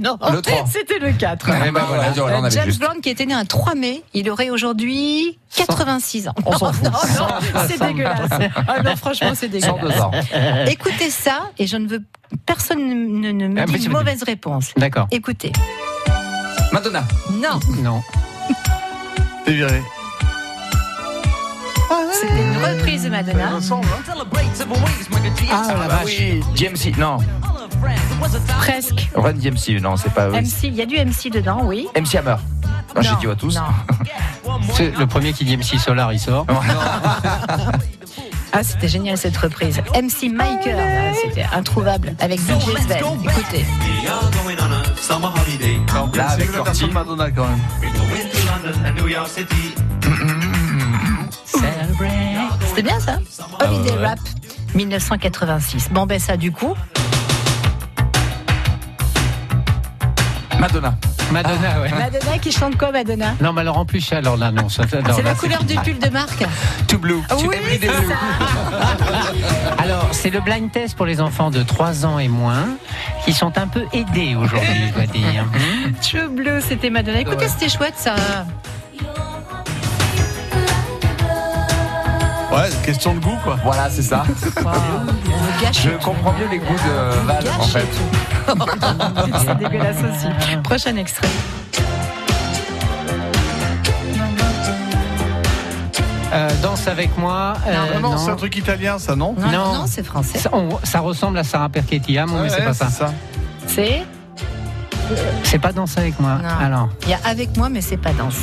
S2: Non,
S3: Le trois.
S2: c'était le 4.
S3: Eh ben voilà, là, on avait
S2: James
S3: juste.
S2: Brown qui était né un 3 mai, il aurait aujourd'hui 86 ans.
S4: On s'en fout.
S2: Non, non, c'est dégueulasse. Ah non, franchement, c'est dégueulasse.
S3: 102 ans.
S2: Écoutez ça, et je ne veux. Personne ne, ne- ne me
S4: Ah, mais
S2: dit
S4: tu
S2: une
S4: me dis.
S2: mauvaise réponse.
S4: D'accord.
S2: Écoutez.
S3: Madonna.
S2: Non.
S4: Non.
S5: T'es viré.
S2: C'était une reprise de Madonna.
S5: hein.
S3: Ah, la vache. DMC, non.
S2: Presque.
S3: Run DMC, non, c'est pas eux.
S2: MC, il y a du MC dedans, oui.
S3: MC Hammer. Non, j'ai dit à tous.
S4: C'est le premier qui dit MC Solar, il sort.
S2: Ah, c'était génial cette reprise. MC Michael, ah, c'était introuvable avec DJ Sven. Écoutez.
S5: Là, avec leur team. Madonna quand même.
S2: C'était bien ça
S3: Ah
S2: Holiday Rap 1986. Bon ben ça du coup,
S3: Madonna.
S4: Madonna, ouais.
S2: Madonna qui chante quoi Madonna
S4: Non, mais alors en plus, alors là, non. ça- alors
S2: C'est
S4: là,
S2: la couleur du pull de marque.
S4: Tout blue.
S2: Oui, c'est ça. Ah,
S4: Alors, c'est le blind test pour les enfants de 3 ans et moins qui sont un peu aidés aujourd'hui, je dois dire. Hmm
S2: Cheveux bleus, c'était Madonna. Écoutez, c'était chouette ça.
S5: Ouais, question de goût, quoi.
S3: Voilà, c'est ça. Je comprends mieux les goûts de Val, en fait.
S2: c'est dégueulasse aussi. Prochain extrait.
S4: Euh, danse avec moi. euh,
S5: non, non, c'est un truc italien, ça, non
S4: Non,
S2: non, c'est français.
S4: Ça, on- ça ressemble à Sarah Perchetti, hein, mais
S5: Ouais,
S4: c'est pas ça.
S5: ça.
S2: C'est
S4: C'est pas danse avec moi.
S2: Non.
S4: Alors,
S2: Il y a avec moi, mais c'est pas danse.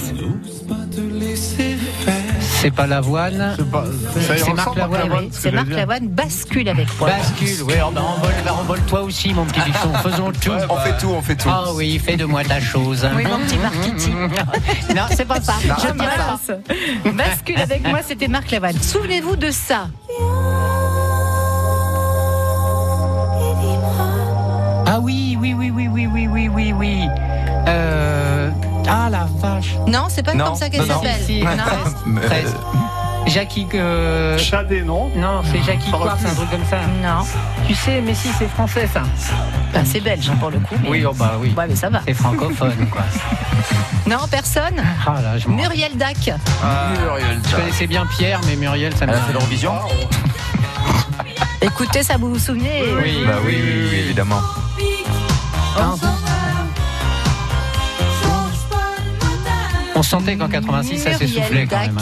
S4: c'est pas l'avoine.
S5: C'est pas- ça y
S4: C'est
S5: ressemble,
S4: Marc Lavoine, oui.
S2: C'est Marc Lavoine, bascule avec moi.
S4: Bascule, oui, oh, bah, envole, bah, envole-toi aussi, mon petit bichon. Faisons tout.
S5: bah.
S3: On fait tout, on fait tout.
S4: Ah oui, fais de moi ta chose.
S2: Oui, mon petit marketing.
S4: Non, c'est pas ça.
S2: Je balance. Bascule avec moi, c'était Marc Lavoine. Souvenez-vous de ça.
S4: Ah oui, oui, oui, oui, oui, oui, oui, oui, oui. Euh... Ah la vache.
S2: Non, c'est pas
S3: Non,
S2: comme ça qu'elle
S3: non, non.
S2: s'appelle.
S4: Si, si,
S2: Non.
S4: presque,
S3: Mais, euh,
S4: presque. Jackie. euh,
S5: Chadé, non
S4: Non, c'est Jackie
S5: ça
S4: Quartz,
S5: refuse.
S4: un truc comme ça.
S2: Non.
S4: Tu sais, mais si, c'est français ça.
S2: Ben, c'est belge hein, pour le coup. mais-
S4: Oui, oh bah oui.
S2: Ouais, mais ça va.
S4: C'est francophone quoi.
S2: Non, personne
S4: Ah là, je m'en-
S2: Muriel Dac.
S3: Muriel,
S4: Je connaissais bien Pierre, mais Muriel, ça Ah, me.
S3: Ah. Elle a fait l'Eurovision
S2: Écoutez, ça vous vous souvenez
S4: Oui,
S3: Bah oui, oui, oui, évidemment.
S4: On sentait qu'en 86, Oh, ça s'essoufflait
S2: Muriel
S4: quand
S2: Dac,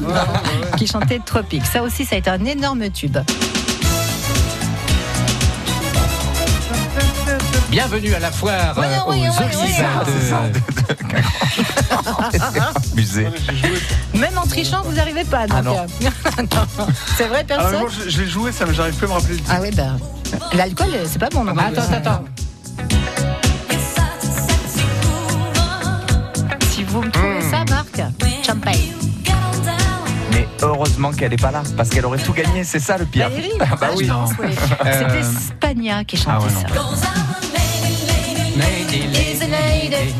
S4: même. hein.
S2: qui chantait Tropique. Ça aussi, ça a été un énorme tube.
S4: Bienvenue à la foire
S2: Voyons,
S4: euh,
S2: voyons,
S4: aux
S2: voyons,
S4: Oxysades.
S3: Musée.
S2: Même en trichant, vous n'arrivez pas.
S4: Ah
S2: donc, euh, non. C'est vrai,
S5: Ah, mais
S2: personne
S5: moi, je, je l'ai joué, ça, mais j'arrive plus à me rappeler le titre.
S2: Ah oui, ben, l'alcool, euh, c'est pas bon. non plus.
S4: Ah, Attends, attends.
S2: Si vous me trouvez ça,
S4: Hmm.
S2: Marc, champagne.
S3: Mais heureusement qu'elle est pas là, parce qu'elle aurait tout gagné, c'est ça le pire.
S2: Valérie,
S3: Ah bah
S2: ah, je
S3: oui.
S2: pense, oui. C'était
S4: Euh,
S2: Spagna qui chantait
S4: ah ouais,
S2: ça.
S4: Lady,
S2: Is a lady.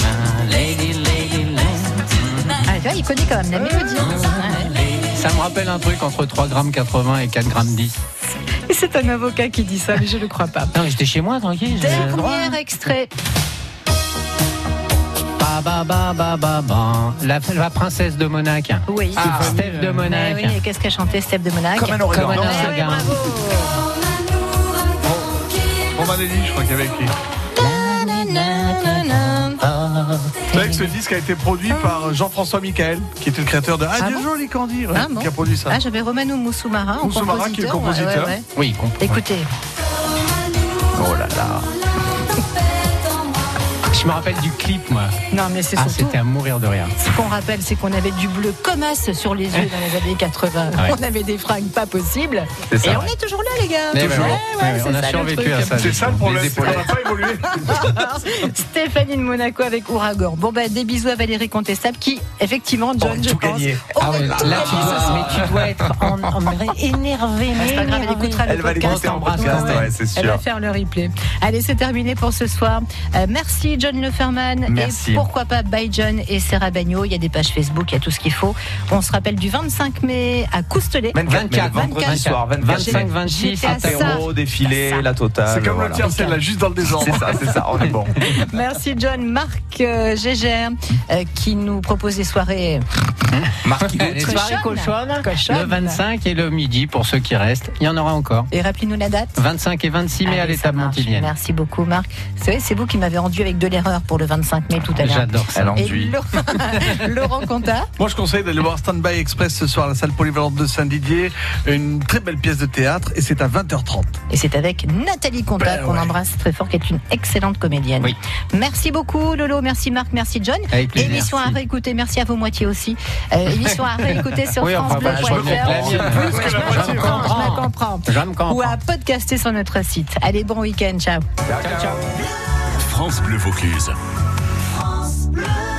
S4: Ah, lady, lady, lady.
S2: Ah, tu vois, il connaît quand même la mélodie. Ouais.
S4: Ça me rappelle un truc entre 3,80 et 4,10
S2: Et c'est un avocat qui dit ça, mais je le crois pas.
S4: Non, mais j'étais chez moi, tranquille. j'avais le droit.
S2: Dernier extrait.
S4: Ba, ba, ba, ba, ba, ba. La, la princesse de Monac.
S2: Oui.
S4: Ah, Steph de
S2: Mais
S4: Monac.
S2: Eh oui, et qu'est-ce qu'a chanté Steph de Monac
S3: Comme un ouragan.
S4: Comme un
S2: Ah ouais,
S4: ouragan.
S2: bravo.
S5: Bon, Valérie, je crois qu'il y avait écrit. C'est vrai que ce disque a été produit par Jean-François Michael, qui était le créateur de Ah,
S2: Ah
S5: bien
S2: bon
S5: joli Candy, ouais,
S2: Ah bon
S5: qui a produit ça.
S2: Ah, j'avais Romano Moussoumara en
S5: Moussoumara, qui est le compositeur.
S2: Ouais, ouais, ouais.
S4: Oui, com-
S2: Écoutez,
S3: Oh là là.
S4: je me rappelle du clip, moi.
S2: non mais c'est
S4: Ah,
S2: surtout...
S4: c'était à mourir de rire.
S2: Ce qu'on rappelle, c'est qu'on avait du bleu comme as sur les yeux dans les années 80.
S5: Ah
S4: Ouais.
S2: On avait des fringues pas possibles.
S3: C'est ça,
S2: Et on
S3: ouais.
S2: est toujours là, les gars.
S4: Mais
S2: Toujours.
S4: ouais,
S2: Ouais,
S4: ouais,
S2: ouais,
S4: on
S2: c'est
S4: a
S2: ça, le
S4: survécu
S2: truc.
S4: à ça.
S5: C'est ça le problème,
S4: Les
S5: c'est qu'on n'a
S4: épaulettes.
S5: pas évolué.
S2: Stéphanie de Monaco avec Ouragan. Bon, bah, des bisous à Valérie Contestable qui, effectivement, John, je
S3: tout
S2: pense,
S3: gagné.
S2: aurait
S4: Ah ouais,
S2: tout
S4: là, tu
S2: gagné ce
S4: dois,
S2: soir.
S4: mais tu dois être en, en vrai Oh, énervé.
S2: Ah, C'est pas grave, elle écoutera
S3: Ah. Elle
S2: le
S3: va
S2: podcast.
S3: l'écouter en
S2: Ouais,
S3: podcast,
S2: ouais.
S3: ouais, c'est
S2: Elle va
S3: sûr.
S2: faire le replay. Allez, c'est terminé pour ce soir. Euh, merci John Leferman
S3: Merci.
S2: et pourquoi pas by John et Sarah Bagno. Il y a des pages Facebook, il y a tout ce qu'il faut. On se rappelle du 25 mai à Coustelet.
S3: 24, mais le
S4: 24,
S3: vendredi soir, 24 mai.
S4: 25, 26,
S2: J'étais à ça.
S3: Apéro, défilé, la totale.
S5: C'est comme
S3: voilà.
S5: le tien, c'est là, juste dans le désordre.
S3: C'est ça, c'est ça, on est bon.
S2: Merci John, Marc euh, Gégère euh, qui nous propose des soirées.
S3: Marc Higuet,
S4: Les soirées
S2: Cochonne.
S4: cochonnes,
S2: Cochonne.
S4: le 25 et le midi pour ceux qui restent. Il y en aura encore.
S2: Et rappelez-nous la date.
S4: 25 et 26 mai à
S2: Allez, ça
S4: l'étape
S2: marche.
S4: montilienne.
S2: Merci beaucoup Marc. C'est c'est vous qui m'avez rendu avec de Ferrer pour le 25 mai tout à l'heure.
S5: J'adore ça. Elle
S2: Et
S5: enduit.
S2: Laurent- Laurent Conta.
S5: Moi, je conseille d'aller voir Stand By Express ce soir à la salle polyvalente de Saint-Didier. Une très belle pièce de théâtre et c'est à 20h30.
S2: Et c'est avec Nathalie Conta qu'on embrasse très fort, qui est une excellente comédienne. Merci beaucoup Lolo, merci Marc, merci John.
S4: Avec plaisir.
S2: émission à réécouter, merci à vos moitiés aussi. Euh, émission à réécouter sur
S4: Oui, enfin,
S2: France Bleu.
S4: bah, je me comprends.
S2: Je
S4: Plus que la
S2: me
S4: moitié.
S2: comprends, je me comprends.
S4: Je me comprends.
S2: Ou à podcaster sur notre site. Allez, bon week-end, ciao.
S1: France Bleu Vaucluse.